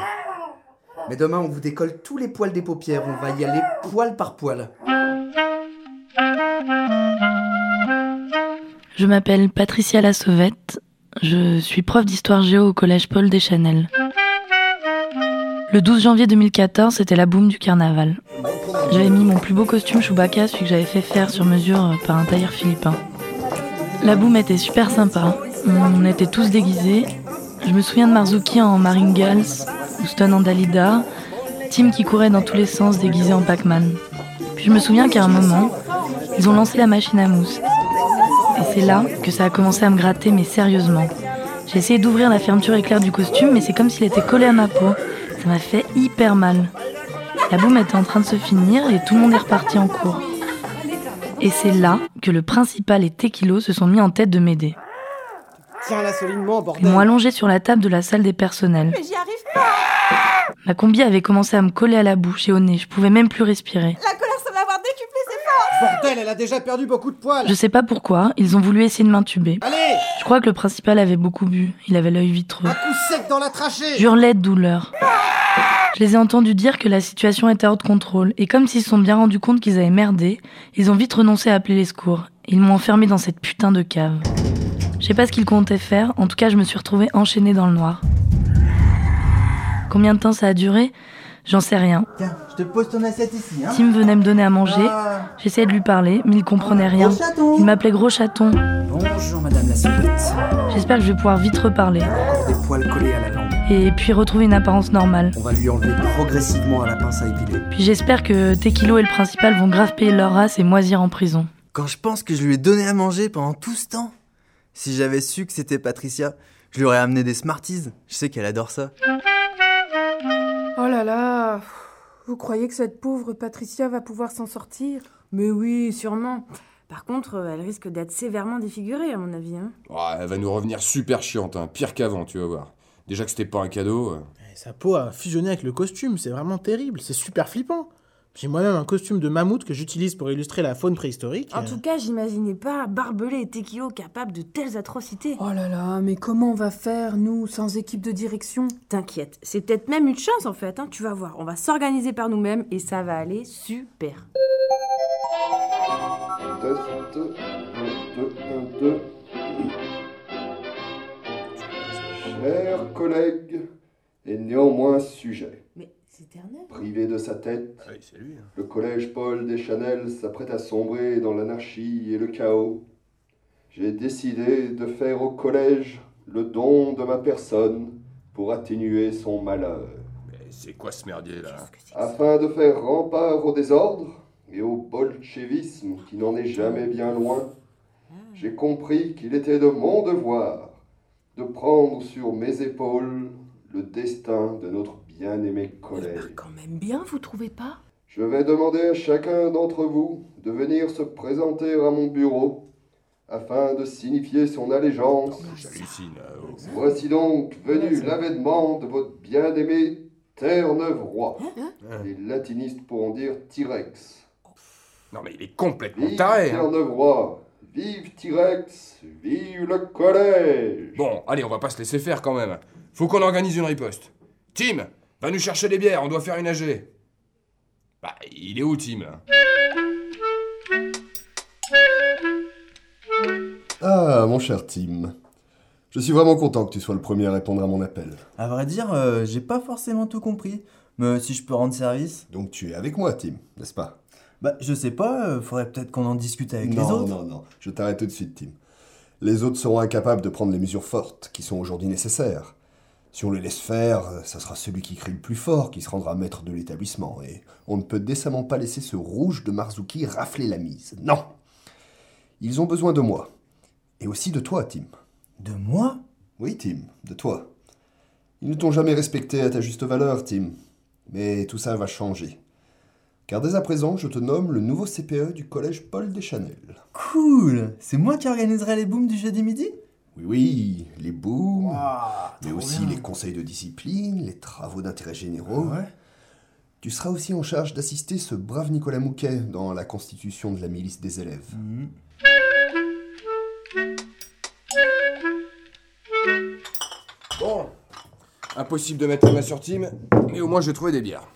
Speaker 3: Mais demain, on vous décolle tous les poils des paupières. On va y aller poil par poil.
Speaker 32: Je m'appelle Patricia La Sauvette. Je suis prof d'histoire géo au collège Paul Deschanel. Le 12 janvier 2014, c'était la boum du carnaval. J'avais mis mon plus beau costume Chewbacca, celui que j'avais fait faire sur mesure par un tailleur philippin. La boum était super sympa. On était tous déguisés. Je me souviens de Marzuki en Marine Gals, Houston en Dalida, Tim qui courait dans tous les sens déguisé en Pac-Man. Puis je me souviens qu'à un moment, ils ont lancé la machine à mousse. Et c'est là que ça a commencé à me gratter, mais sérieusement. J'ai essayé d'ouvrir la fermeture éclair du costume, mais c'est comme s'il était collé à ma peau. Ça m'a fait hyper mal. La boum était en train de se finir et tout le monde est reparti en cours. Et c'est là que le principal et Tequilo se sont mis en tête de m'aider.
Speaker 5: Tiens là solidement,
Speaker 32: Ils
Speaker 5: bordel.
Speaker 32: m'ont allongé sur la table de la salle des personnels.
Speaker 18: Mais j'y arrive pas.
Speaker 32: Ma combi avait commencé à me coller à la bouche et au nez, je pouvais même plus respirer.
Speaker 18: La colère semble avoir décuplé ses forces.
Speaker 5: Bordel, elle a déjà perdu beaucoup de poils
Speaker 32: Je sais pas pourquoi, ils ont voulu essayer de m'intuber.
Speaker 5: Allez
Speaker 32: Je crois que le principal avait beaucoup bu, il avait l'œil vitreux.
Speaker 5: Coup sec dans la trachée
Speaker 32: J'hurlais de douleur. Je les ai entendus dire que la situation était hors de contrôle, et comme s'ils se sont bien rendus compte qu'ils avaient merdé, ils ont vite renoncé à appeler les secours. Ils m'ont enfermé dans cette putain de cave. Je sais pas ce qu'ils comptaient faire, en tout cas je me suis retrouvée enchaînée dans le noir. Combien de temps ça a duré J'en sais rien.
Speaker 33: Tiens, je te pose ton assiette ici, hein.
Speaker 32: Tim venait me donner à manger,
Speaker 33: Ah.
Speaker 32: j'essayais de lui parler, mais il comprenait rien. Il m'appelait gros chaton.
Speaker 29: Bonjour madame la soulette.
Speaker 32: J'espère que je vais pouvoir vite reparler,
Speaker 3: Des poils collés à la langue.
Speaker 32: et puis retrouver une apparence normale.
Speaker 3: On va lui enlever progressivement à la pince à épiler.
Speaker 32: Puis j'espère que Tequilo et le principal vont grave payer leur race et moisir en prison.
Speaker 15: Quand je pense que je lui ai donné à manger pendant tout ce temps, si j'avais su que c'était Patricia, je lui aurais amené des Smarties. Je sais qu'elle adore ça.
Speaker 9: Oh là là Vous croyez que cette pauvre Patricia va pouvoir s'en sortir
Speaker 6: Mais oui, sûrement. Par contre, euh, elle risque d'être sévèrement défigurée, à mon avis. hein.
Speaker 12: Ouais, elle va nous revenir super chiante, hein. pire qu'avant, tu vas voir. Déjà que c'était pas un cadeau. euh.
Speaker 8: Et Eh, Sa peau a fusionné avec le costume, c'est vraiment terrible, c'est super flippant. J'ai moi-même un costume de mammouth que j'utilise pour illustrer la faune préhistorique.
Speaker 6: En tout cas, j'imaginais pas Barbelé et Tequilo capables de telles atrocités.
Speaker 9: Oh là là, mais comment on va faire, nous, sans équipe de direction
Speaker 6: T'inquiète, c'est peut-être même une chance en fait, hein, tu vas voir. On va s'organiser par nous-mêmes et ça va aller super.
Speaker 14: Test, 1, 2, 1, 2. Cher collègue, et néanmoins sujet.
Speaker 6: Mais c'est éternel.
Speaker 14: Privé de sa tête, le collège Paul Deschanel s'apprête à sombrer dans l'anarchie et le chaos. J'ai décidé de faire au collège le don de ma personne pour atténuer son malheur.
Speaker 12: Mais c'est quoi ce merdier là
Speaker 14: Afin de faire rempart au désordre et au bolchevisme qui n'en est jamais bien loin,
Speaker 9: Ah.
Speaker 14: j'ai compris qu'il était de mon devoir de prendre sur mes épaules le destin de notre bien-aimé collègue.
Speaker 9: Eh ben, Même bien, vous trouvez pas
Speaker 14: Je vais demander à chacun d'entre vous de venir se présenter à mon bureau afin de signifier son allégeance.
Speaker 12: J'hallucine. euh, oh.
Speaker 14: Voici donc venu l'avènement de votre bien-aimé Terre-Neuve-Roi.
Speaker 12: Hein.
Speaker 14: Les latinistes pourront dire T-Rex.
Speaker 12: Non mais il est complètement
Speaker 14: Vive
Speaker 12: taré. hein.
Speaker 14: Terre-Neuve-Roi, vive T-Rex, vive le collège
Speaker 12: Bon, allez, on va pas se laisser faire quand même. Faut qu'on organise une riposte. Tim, va nous chercher des bières, on doit faire une AG. Bah, il est où Tim là
Speaker 18: Ah, mon cher Tim. Je suis vraiment content que tu sois le premier à répondre à mon appel.
Speaker 15: À
Speaker 12: Ah
Speaker 15: vrai dire, euh, j'ai pas forcément tout compris. Mais si je peux rendre service.
Speaker 18: Donc tu es avec moi, Tim, n'est-ce pas
Speaker 15: Bah, je sais pas, euh, faudrait peut-être qu'on en discute avec
Speaker 18: non,
Speaker 15: les autres.
Speaker 18: non, non, je t'arrête tout de suite, Tim. Les autres seront incapables de prendre les mesures fortes qui sont aujourd'hui nécessaires. Si on les laisse faire, euh, ça sera celui qui crie le plus fort qui se rendra maître de l'établissement, et on ne peut décemment pas laisser ce rouge de Marzuki rafler la mise. Non Ils ont besoin de moi. Et aussi de toi, Tim.
Speaker 15: De moi
Speaker 18: Oui, Tim, de toi. Ils ne t'ont jamais respecté à ta juste valeur, Tim. Mais tout ça va changer. Car dès à présent, je te nomme le nouveau CPE du collège Paul Deschanel.
Speaker 15: Cool C'est moi qui organiserai les booms du jeudi midi
Speaker 18: Oui, oui, les booms, mais aussi les conseils de discipline, les travaux d'intérêt généraux.
Speaker 15: Ah
Speaker 18: Tu seras aussi en charge d'assister ce brave Nicolas Mouquet dans la constitution de la milice des élèves.
Speaker 15: Mhm.
Speaker 12: Bon, impossible de mettre la main sur Tim, mais au moins j'ai trouvé des bières.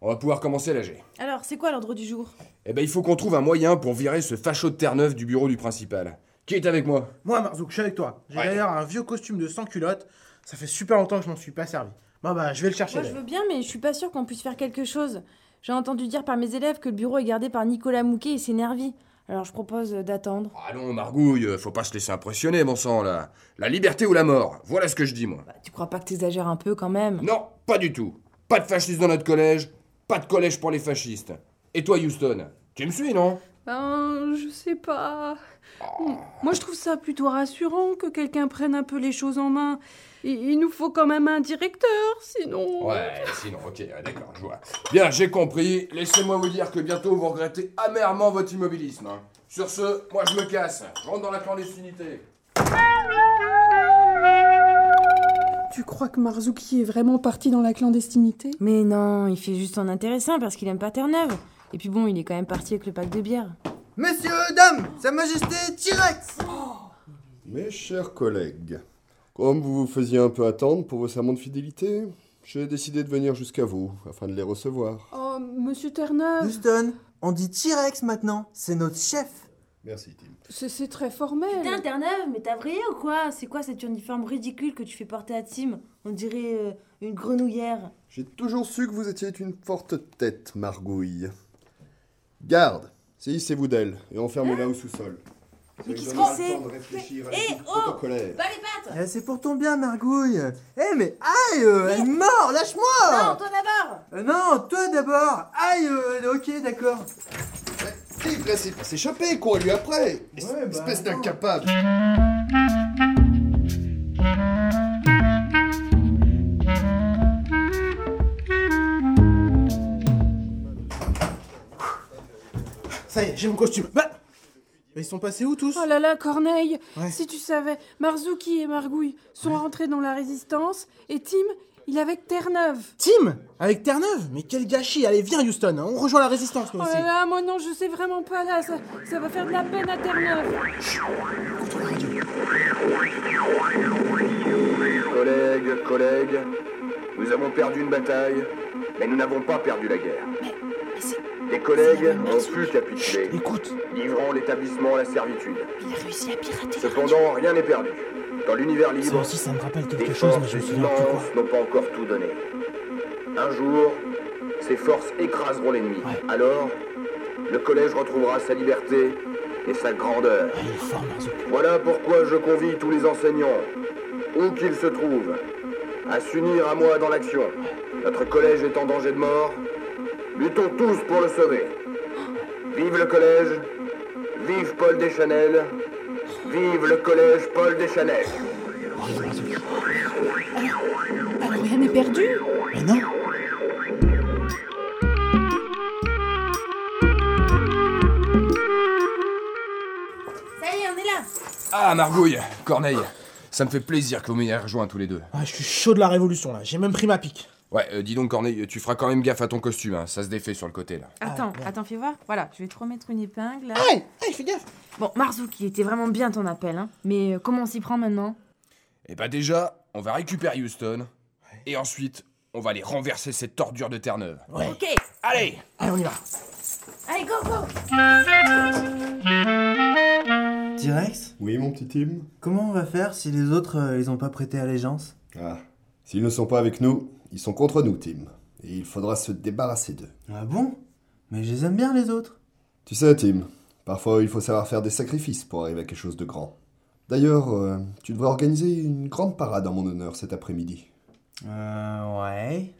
Speaker 12: On va pouvoir commencer l'AG.
Speaker 6: Alors, c'est quoi l'ordre du jour
Speaker 12: Eh ben, il faut qu'on trouve un moyen pour virer ce facho de Terre-Neuve du bureau du principal. Qui est avec moi
Speaker 8: Moi, Marzouk, je suis avec toi. J'ai d'ailleurs un vieux costume de sans culotte. Ça fait super longtemps que je m'en suis pas servi. Bah bah, je vais le chercher.
Speaker 6: Moi, je veux bien, mais je suis pas sûre qu'on puisse faire quelque chose. J'ai entendu dire par mes élèves que le bureau est gardé par Nicolas Mouquet et ses nervis. Alors, je propose euh, d'attendre.
Speaker 12: Allons, Ah Margouille, euh, faut pas se laisser impressionner, bon sang, là. La liberté ou la mort, voilà ce que je dis, moi.
Speaker 6: Bah, Tu crois pas que t'exagères un peu quand même
Speaker 12: Non, pas du tout. Pas de fascistes dans notre collège, pas de collège pour les fascistes. Et toi, Houston Tu me suis, non
Speaker 9: Ah,
Speaker 34: Ben, je sais pas.
Speaker 9: Moi, je trouve ça plutôt rassurant que quelqu'un prenne un peu les choses en main. Il, il nous faut quand même un directeur, sinon...
Speaker 12: Ouais, sinon, ok, ouais, d'accord, je vois. Bien, j'ai compris. Laissez-moi vous dire que bientôt vous regrettez amèrement votre immobilisme. hein. Sur ce, moi je me casse. Je rentre dans la clandestinité.
Speaker 9: Tu crois que Marzuki est vraiment parti dans la clandestinité
Speaker 6: Mais non, il fait juste en intéressant parce qu'il aime pas Terre-Neuve. Et puis bon, il est quand même parti avec le pack de bière.
Speaker 15: Messieurs, dames, Sa Majesté T-Rex
Speaker 32: Oh.
Speaker 14: Mes chers collègues, comme vous vous faisiez un peu attendre pour vos serments de fidélité, j'ai décidé de venir jusqu'à vous afin de les recevoir.
Speaker 9: Oh, monsieur Terre-Neuve.
Speaker 15: Houston, on dit T-Rex maintenant, c'est notre chef.
Speaker 14: Merci, Tim.
Speaker 9: C'est très formel.
Speaker 6: Putain, Terre-Neuve, mais t'as vrillé ou quoi C'est quoi cet uniforme ridicule que tu fais porter à Tim On dirait euh, une grenouillère.
Speaker 14: J'ai toujours su que vous étiez une forte tête, Margouille. Garde, saisissez-vous d'elle et enfermez-la au sous-sol. Ça
Speaker 15: Mais
Speaker 14: lui
Speaker 15: qu'est-ce
Speaker 14: donnera
Speaker 15: que
Speaker 14: le
Speaker 15: c'est
Speaker 14: temps de réfléchir à
Speaker 15: Mais-
Speaker 14: la
Speaker 15: Eh,
Speaker 14: petite
Speaker 15: oh
Speaker 14: protocolaire.
Speaker 15: Eh, c'est pour ton bien, Margouille. Eh, mais aïe, euh, elle est mort, lâche-moi
Speaker 6: Non, toi d'abord
Speaker 15: Euh, non, toi d'abord Aïe, euh, ok, d'accord.
Speaker 14: Tim, là, c'est c'est chopé, cours lui après Es- Espèce d'incapable
Speaker 8: Ça y est, j'ai mon costume. Bah Mais Ils sont passés où tous
Speaker 9: Oh là là, Corneille,
Speaker 8: Ouais.
Speaker 9: si tu savais, Marzouki et Margouille sont rentrés dans la résistance et Tim, il est avec Terre-Neuve.
Speaker 8: Tim Avec Terre-Neuve Mais quel gâchis Allez, viens Houston, hein. on rejoint la résistance nous
Speaker 9: Oh
Speaker 8: aussi.
Speaker 9: là là, moi non, je sais vraiment pas là, ça, ça va faire de la peine à Terre-Neuve.
Speaker 12: Collègues, collègues, nous avons perdu une bataille, mais nous n'avons pas perdu la guerre. Des collègues ont pu capituler, livrant l'établissement à la servitude.
Speaker 6: Il a réussi à pirater.
Speaker 12: Cependant, rien n'est perdu. Dans l'univers libre,
Speaker 8: ça me rappelle
Speaker 12: des forces immenses n'ont pas encore tout donné. Un jour, ces forces écraseront l'ennemi. Alors, le collège retrouvera sa liberté et sa grandeur. Voilà pourquoi je convie tous les enseignants, où qu'ils se trouvent, à s'unir à moi dans l'action. Notre collège est en danger de mort. Luttons tous pour le sauver. Vive le collège, vive Paul Deschanel, vive le collège Paul Deschanel.
Speaker 35: Alors Ah, rien n'est perdu
Speaker 8: Mais non
Speaker 6: Ça y est, on est là
Speaker 12: Ah, Margouille, Corneille, ça me fait plaisir que vous m'ayez rejoint tous les deux.
Speaker 8: Ah, je suis chaud de la révolution là, j'ai même pris ma pique.
Speaker 12: Ouais, euh, dis donc, Corneille, tu feras quand même gaffe à ton costume, hein, ça se défait sur le côté là.
Speaker 6: Attends, attends, fais voir. Voilà, je vais te remettre une épingle. là.
Speaker 8: Aïe, aïe, fais gaffe.
Speaker 6: Bon, Marzouk, il était vraiment bien ton appel, hein. Mais euh, comment on s'y prend maintenant
Speaker 12: Et bah, déjà, on va récupérer Houston, et ensuite, on va aller renverser cette tordure de Terre-Neuve.
Speaker 6: Ok.
Speaker 12: Allez
Speaker 8: Allez, on y va.
Speaker 6: Allez, go, go
Speaker 15: T-Rex
Speaker 14: Oui, mon petit Tim
Speaker 15: Comment on va faire si les autres, euh, ils ont pas prêté allégeance
Speaker 14: Ah, s'ils ne sont pas avec nous, ils sont contre nous, Tim. Et il faudra se débarrasser d'eux.
Speaker 15: Ah bon Mais je les aime bien, les autres.
Speaker 14: Tu sais, Tim, parfois il faut savoir faire des sacrifices pour arriver à quelque chose de grand. D'ailleurs, euh, tu devrais organiser une grande parade en mon honneur cet après-midi.
Speaker 15: Euh, ouais.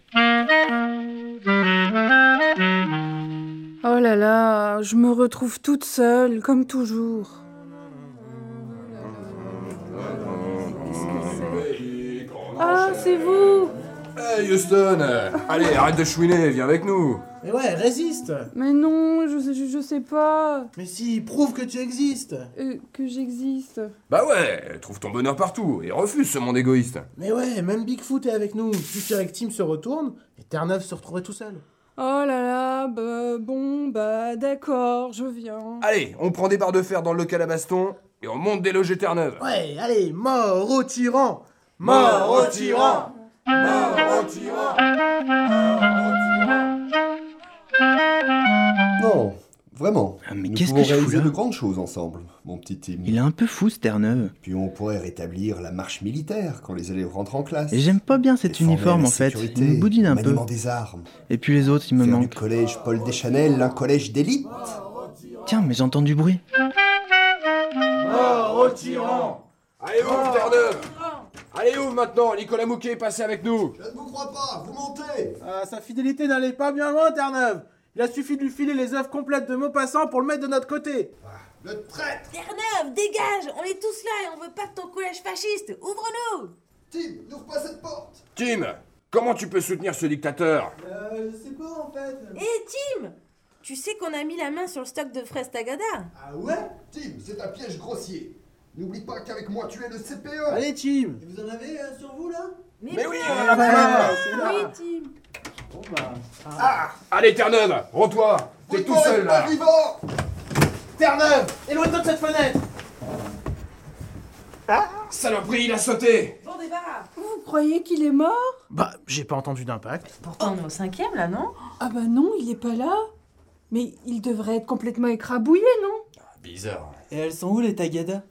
Speaker 9: Oh là là, je me retrouve toute seule, comme toujours.
Speaker 8: Oh,
Speaker 9: Ah, c'est vous
Speaker 12: Hey Houston euh, Allez, arrête de chouiner, viens avec nous
Speaker 8: Mais ouais, résiste
Speaker 9: Mais non, je, je, je sais pas.
Speaker 8: Mais si, prouve que tu existes
Speaker 9: Euh, que j'existe.
Speaker 12: Bah ouais, trouve ton bonheur partout, et refuse ce monde égoïste.
Speaker 8: Mais ouais, même Bigfoot est avec nous. Suffit avec Tim se retourne et Terre-Neuve se retrouverait tout seul.
Speaker 9: Oh là là, bah, bon, bah d'accord, je viens.
Speaker 12: Allez, on prend des barres de fer dans le local à baston, et on monte des logés Terre-Neuve
Speaker 8: Ouais, allez, mort au tyran
Speaker 12: Mort au tyran
Speaker 14: Non, vraiment.
Speaker 36: Ah, mais
Speaker 14: Nous
Speaker 36: qu'est-ce
Speaker 14: pouvons
Speaker 36: que je fous
Speaker 14: réaliser
Speaker 36: là
Speaker 14: de grandes choses ensemble, mon petit Tim.
Speaker 36: Il est un peu fou ce Terre-Neuve.
Speaker 14: Puis on pourrait rétablir la marche militaire quand les élèves rentrent en classe.
Speaker 36: Et j'aime pas bien cet
Speaker 14: Défendre
Speaker 36: uniforme
Speaker 14: la
Speaker 36: en fait.
Speaker 14: sécurité,
Speaker 36: Il me boudine un peu.
Speaker 14: maniement des armes.
Speaker 36: Et puis les autres, ils me
Speaker 14: Faire du
Speaker 36: manquent.
Speaker 14: collège Paul Deschanel hein. un collège d'élite.
Speaker 36: Tiens, mais j'entends du bruit.
Speaker 12: Mort au tyran Allez, ouvre Terre-Neuve Allez, ouvre maintenant, Nicolas Mouquet est passé avec nous
Speaker 14: Je ne vous crois pas, vous mentez
Speaker 8: Ah, sa fidélité n'allait pas bien loin, Terre-Neuve Il a suffi de lui filer les œuvres complètes de Maupassant pour le mettre de notre côté
Speaker 14: Le traître
Speaker 6: Terre-Neuve, dégage On est tous là et on veut pas de ton collège fasciste Ouvre-nous
Speaker 14: Tim, n'ouvre pas cette porte
Speaker 12: Tim, comment tu peux soutenir ce dictateur
Speaker 15: Euh, je sais pas en fait.
Speaker 6: Hé, Eh, Tim Tu sais qu'on a mis la main sur le stock de fraises Tagada
Speaker 14: Ah ouais Tim, c'est un piège grossier. N'oublie pas qu'avec moi tu es le E. CPE.
Speaker 8: Allez, Tim
Speaker 15: Vous en avez euh, sur vous là
Speaker 6: Mais,
Speaker 12: oui,
Speaker 6: non
Speaker 12: on en a plein. Ah.
Speaker 6: Oui, Tim
Speaker 8: bah.
Speaker 12: Allez, Terre-Neuve, rends-toi T'es tout seul là
Speaker 14: vivant
Speaker 15: Terre-Neuve Éloigne-toi de cette fenêtre
Speaker 12: Ah Saloperie, il a sauté
Speaker 15: Bon départ
Speaker 31: Vous croyez qu'il est mort
Speaker 8: Bah, j'ai pas entendu d'impact.
Speaker 31: Pourtant, on est au cinquième, là, non Ah bah non, il est pas là. Mais il devrait être complètement écrabouillé, non
Speaker 12: Bizarre.
Speaker 15: Et elles sont où les tagadas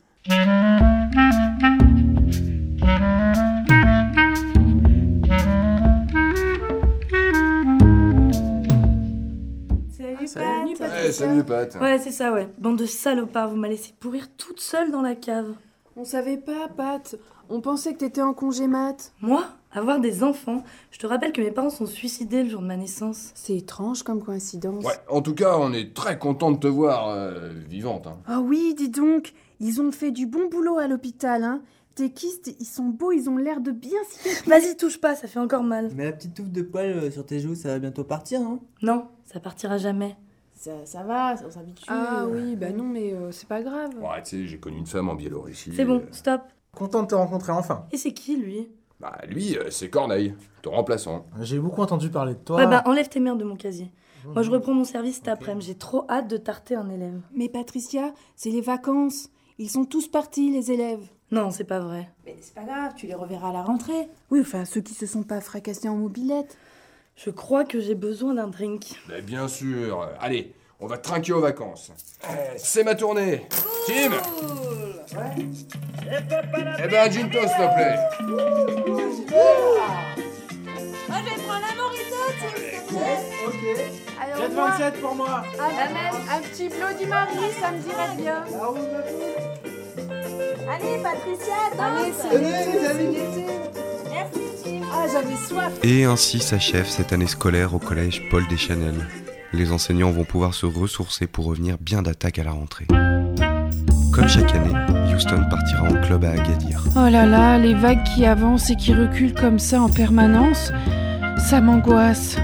Speaker 12: Salut, Pat. Ouais, Eh, salut, Pat.
Speaker 32: Ouais, c'est ça, ouais. Bande de salopards, vous m'a laissé pourrir toute seule dans la cave.
Speaker 31: On savait pas, Pat. On pensait que t'étais en congé mat.
Speaker 32: Moi Avoir des enfants Je te rappelle que mes parents sont suicidés le jour de ma naissance.
Speaker 31: C'est étrange comme coïncidence.
Speaker 12: Ouais, en tout cas, on est très content de te voir euh, vivante. hein.
Speaker 9: Ah oui, dis donc, ils ont fait du bon boulot à l'hôpital, hein. Tes kystes, ils sont beaux, ils ont l'air de bien cicatriser.
Speaker 32: Vas-y, touche pas, ça fait encore mal.
Speaker 15: Mais la petite touffe de poils euh, sur tes joues, ça va bientôt partir, hein non
Speaker 32: Non, ça partira jamais.
Speaker 7: Ça, ça va, on s'habitue.
Speaker 31: Ah oui, bah non, mais euh, c'est pas grave.
Speaker 12: Ouais, tu sais, j'ai connu une femme en Biélorussie. Euh,
Speaker 32: C'est bon, stop.
Speaker 8: euh, Content de te rencontrer enfin.
Speaker 32: Et c'est qui, lui
Speaker 12: Bah, lui, euh, c'est Corneille, ton remplaçant.
Speaker 8: Ah, J'ai beaucoup entendu parler de toi. Mmh.
Speaker 32: Ouais, bah enlève tes merdes de mon casier. Moi, je reprends mon service cet après-midi. J'ai trop hâte de tarter un élève.
Speaker 7: Mais Patricia, c'est les vacances. Ils sont tous partis, les élèves.
Speaker 32: Non, c'est pas vrai.
Speaker 7: Mais c'est pas grave, tu les reverras à la rentrée. Oui, enfin, ceux qui se sont pas fracassés en mobilette.
Speaker 32: Je crois que j'ai besoin d'un drink.
Speaker 12: Mais bien sûr. Allez, on va trinquer aux vacances. Eh, C'est ma tournée. Tim Eh ben, un gin toast, s'il te plaît.
Speaker 18: Moi, je vais prendre la morito,
Speaker 5: Ok.
Speaker 18: Alors,
Speaker 5: 4,27 pour moi.
Speaker 18: Ah, même un petit Bloody Mary, ça me dirait bien.
Speaker 15: Ah
Speaker 18: Allez, Patricia, danse Merci, Tim. Ah, j'avais soif
Speaker 10: Et ainsi s'achève cette année scolaire au collège Paul Deschanel. Les enseignants vont pouvoir se ressourcer pour revenir bien d'attaque à la rentrée. Comme chaque année, Houston partira en club à Agadir.
Speaker 9: Oh là là, les vagues qui avancent et qui reculent comme ça en permanence, ça m'angoisse.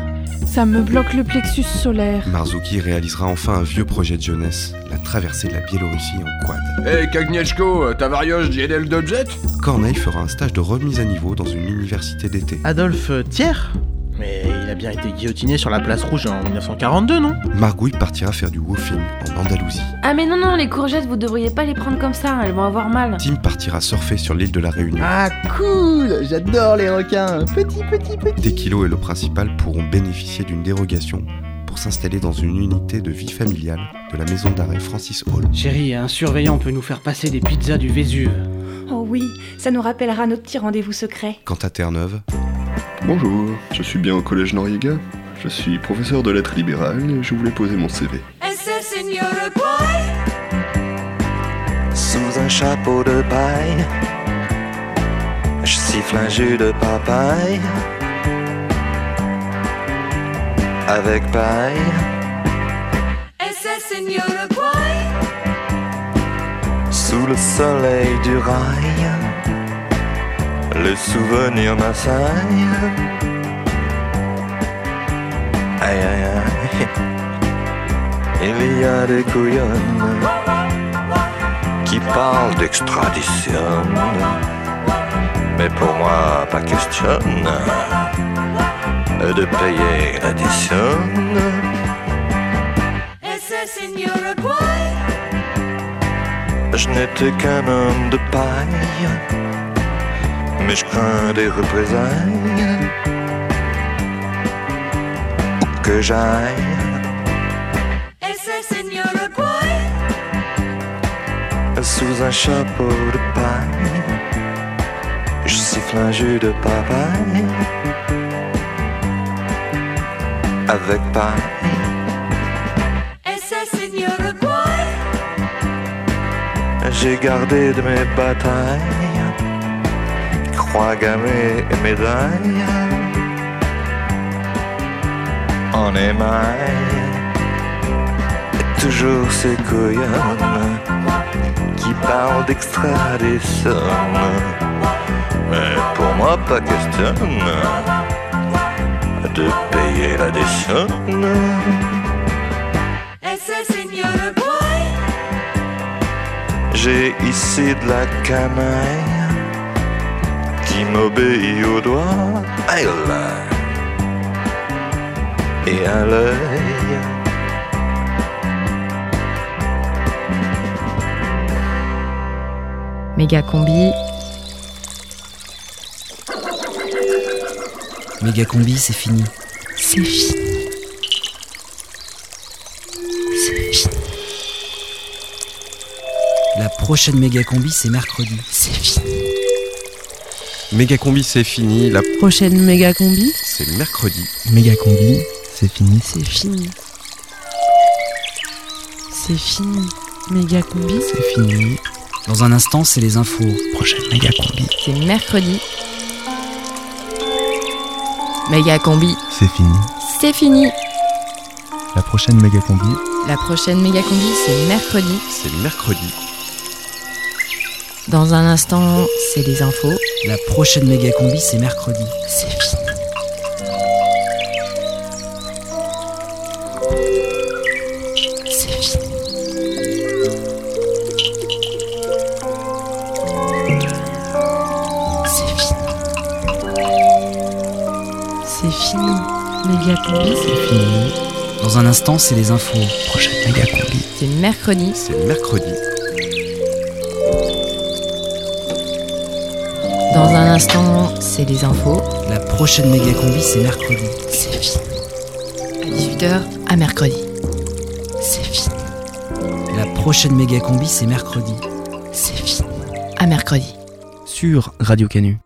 Speaker 9: Ça me bloque le plexus solaire.
Speaker 10: Marzuki réalisera enfin un vieux projet de jeunesse, la traversée de la Biélorussie en quad.
Speaker 12: Eh, Kagnieszko, ta varioche JDL Dodget
Speaker 10: Corneille fera un stage de remise à niveau dans une université d'été.
Speaker 8: Adolphe Thiers Mais il a bien été guillotiné sur la place rouge en 1942, non
Speaker 10: Margouille partira faire du woofing en Andalousie.
Speaker 6: Ah mais non non, les courgettes, vous devriez pas les prendre comme ça, hein, elles vont avoir mal.
Speaker 10: Tim partira surfer sur l'île de la Réunion.
Speaker 6: Ah
Speaker 20: Cool J'adore les requins Petit, petit, petit
Speaker 10: Des kilos et le principal pourront bénéficier d'une dérogation pour s'installer dans une unité de vie familiale de la maison d'arrêt Francis Hall.
Speaker 29: Chérie, un surveillant peut nous faire passer des pizzas du Vésuve.
Speaker 19: Oh oui, ça nous rappellera notre petit rendez-vous secret.
Speaker 10: Quant à Terre-Neuve,
Speaker 27: Bonjour, je suis bien au collège Noriega. Je suis professeur de lettres libérales et je voulais poser mon CV.
Speaker 26: Sous un chapeau de paille, je siffle un jus de papaye. Avec paille, sous le soleil du rail, le souvenir m'assaille. Aïe aïe aïe, il y a des couillonnes qui parlent d'extradition. Mais pour moi, pas question de payer l'addition. Je n'étais qu'un homme de paille, mais je crains des représailles. Où que j'aille, sous un chapeau de paille, je siffle un jus de papaye. Avec paille, j'ai gardé de mes batailles, croix gammées et médailles. En émail, et toujours ces couillonnes qui parlent d'extradition. Mais pour moi, pas question de payer la décision. J'ai ici de la canaille qui m'obéit au doigt Aïe là. et à l'œil.
Speaker 6: Méga combi.
Speaker 29: Méga combi, c'est fini.
Speaker 6: C'est fini. C'est fini.
Speaker 29: La prochaine méga combi, c'est mercredi.
Speaker 6: C'est fini.
Speaker 10: Méga combi, c'est fini. La
Speaker 6: Prochaine méga combi.
Speaker 10: c'est mercredi.
Speaker 29: Méga combi, c'est fini. C'est
Speaker 6: Fini. C'est fini. Méga combi.
Speaker 29: C'est fini. Dans un instant, c'est les infos. Prochaine méga combi.
Speaker 6: C'est mercredi. Méga combi.
Speaker 29: C'est fini.
Speaker 6: C'est fini.
Speaker 29: La prochaine méga combi.
Speaker 6: La prochaine méga combi, c'est mercredi.
Speaker 10: C'est mercredi.
Speaker 6: Dans un instant, c'est les infos.
Speaker 29: La prochaine méga combi, c'est mercredi.
Speaker 6: C'est fini. C'est fini. C'est fini. C'est fini. Méga combi, c'est fini.
Speaker 29: Dans un instant, c'est les infos. Prochaine méga combi.
Speaker 6: C'est mercredi.
Speaker 10: C'est mercredi.
Speaker 6: Dans un instant, c'est les infos.
Speaker 29: La prochaine méga combi, c'est mercredi.
Speaker 6: C'est fini. À 18h, à mercredi. C'est fini.
Speaker 29: La prochaine méga combi, c'est mercredi.
Speaker 6: C'est fini. À mercredi.
Speaker 29: Sur Radio Canu.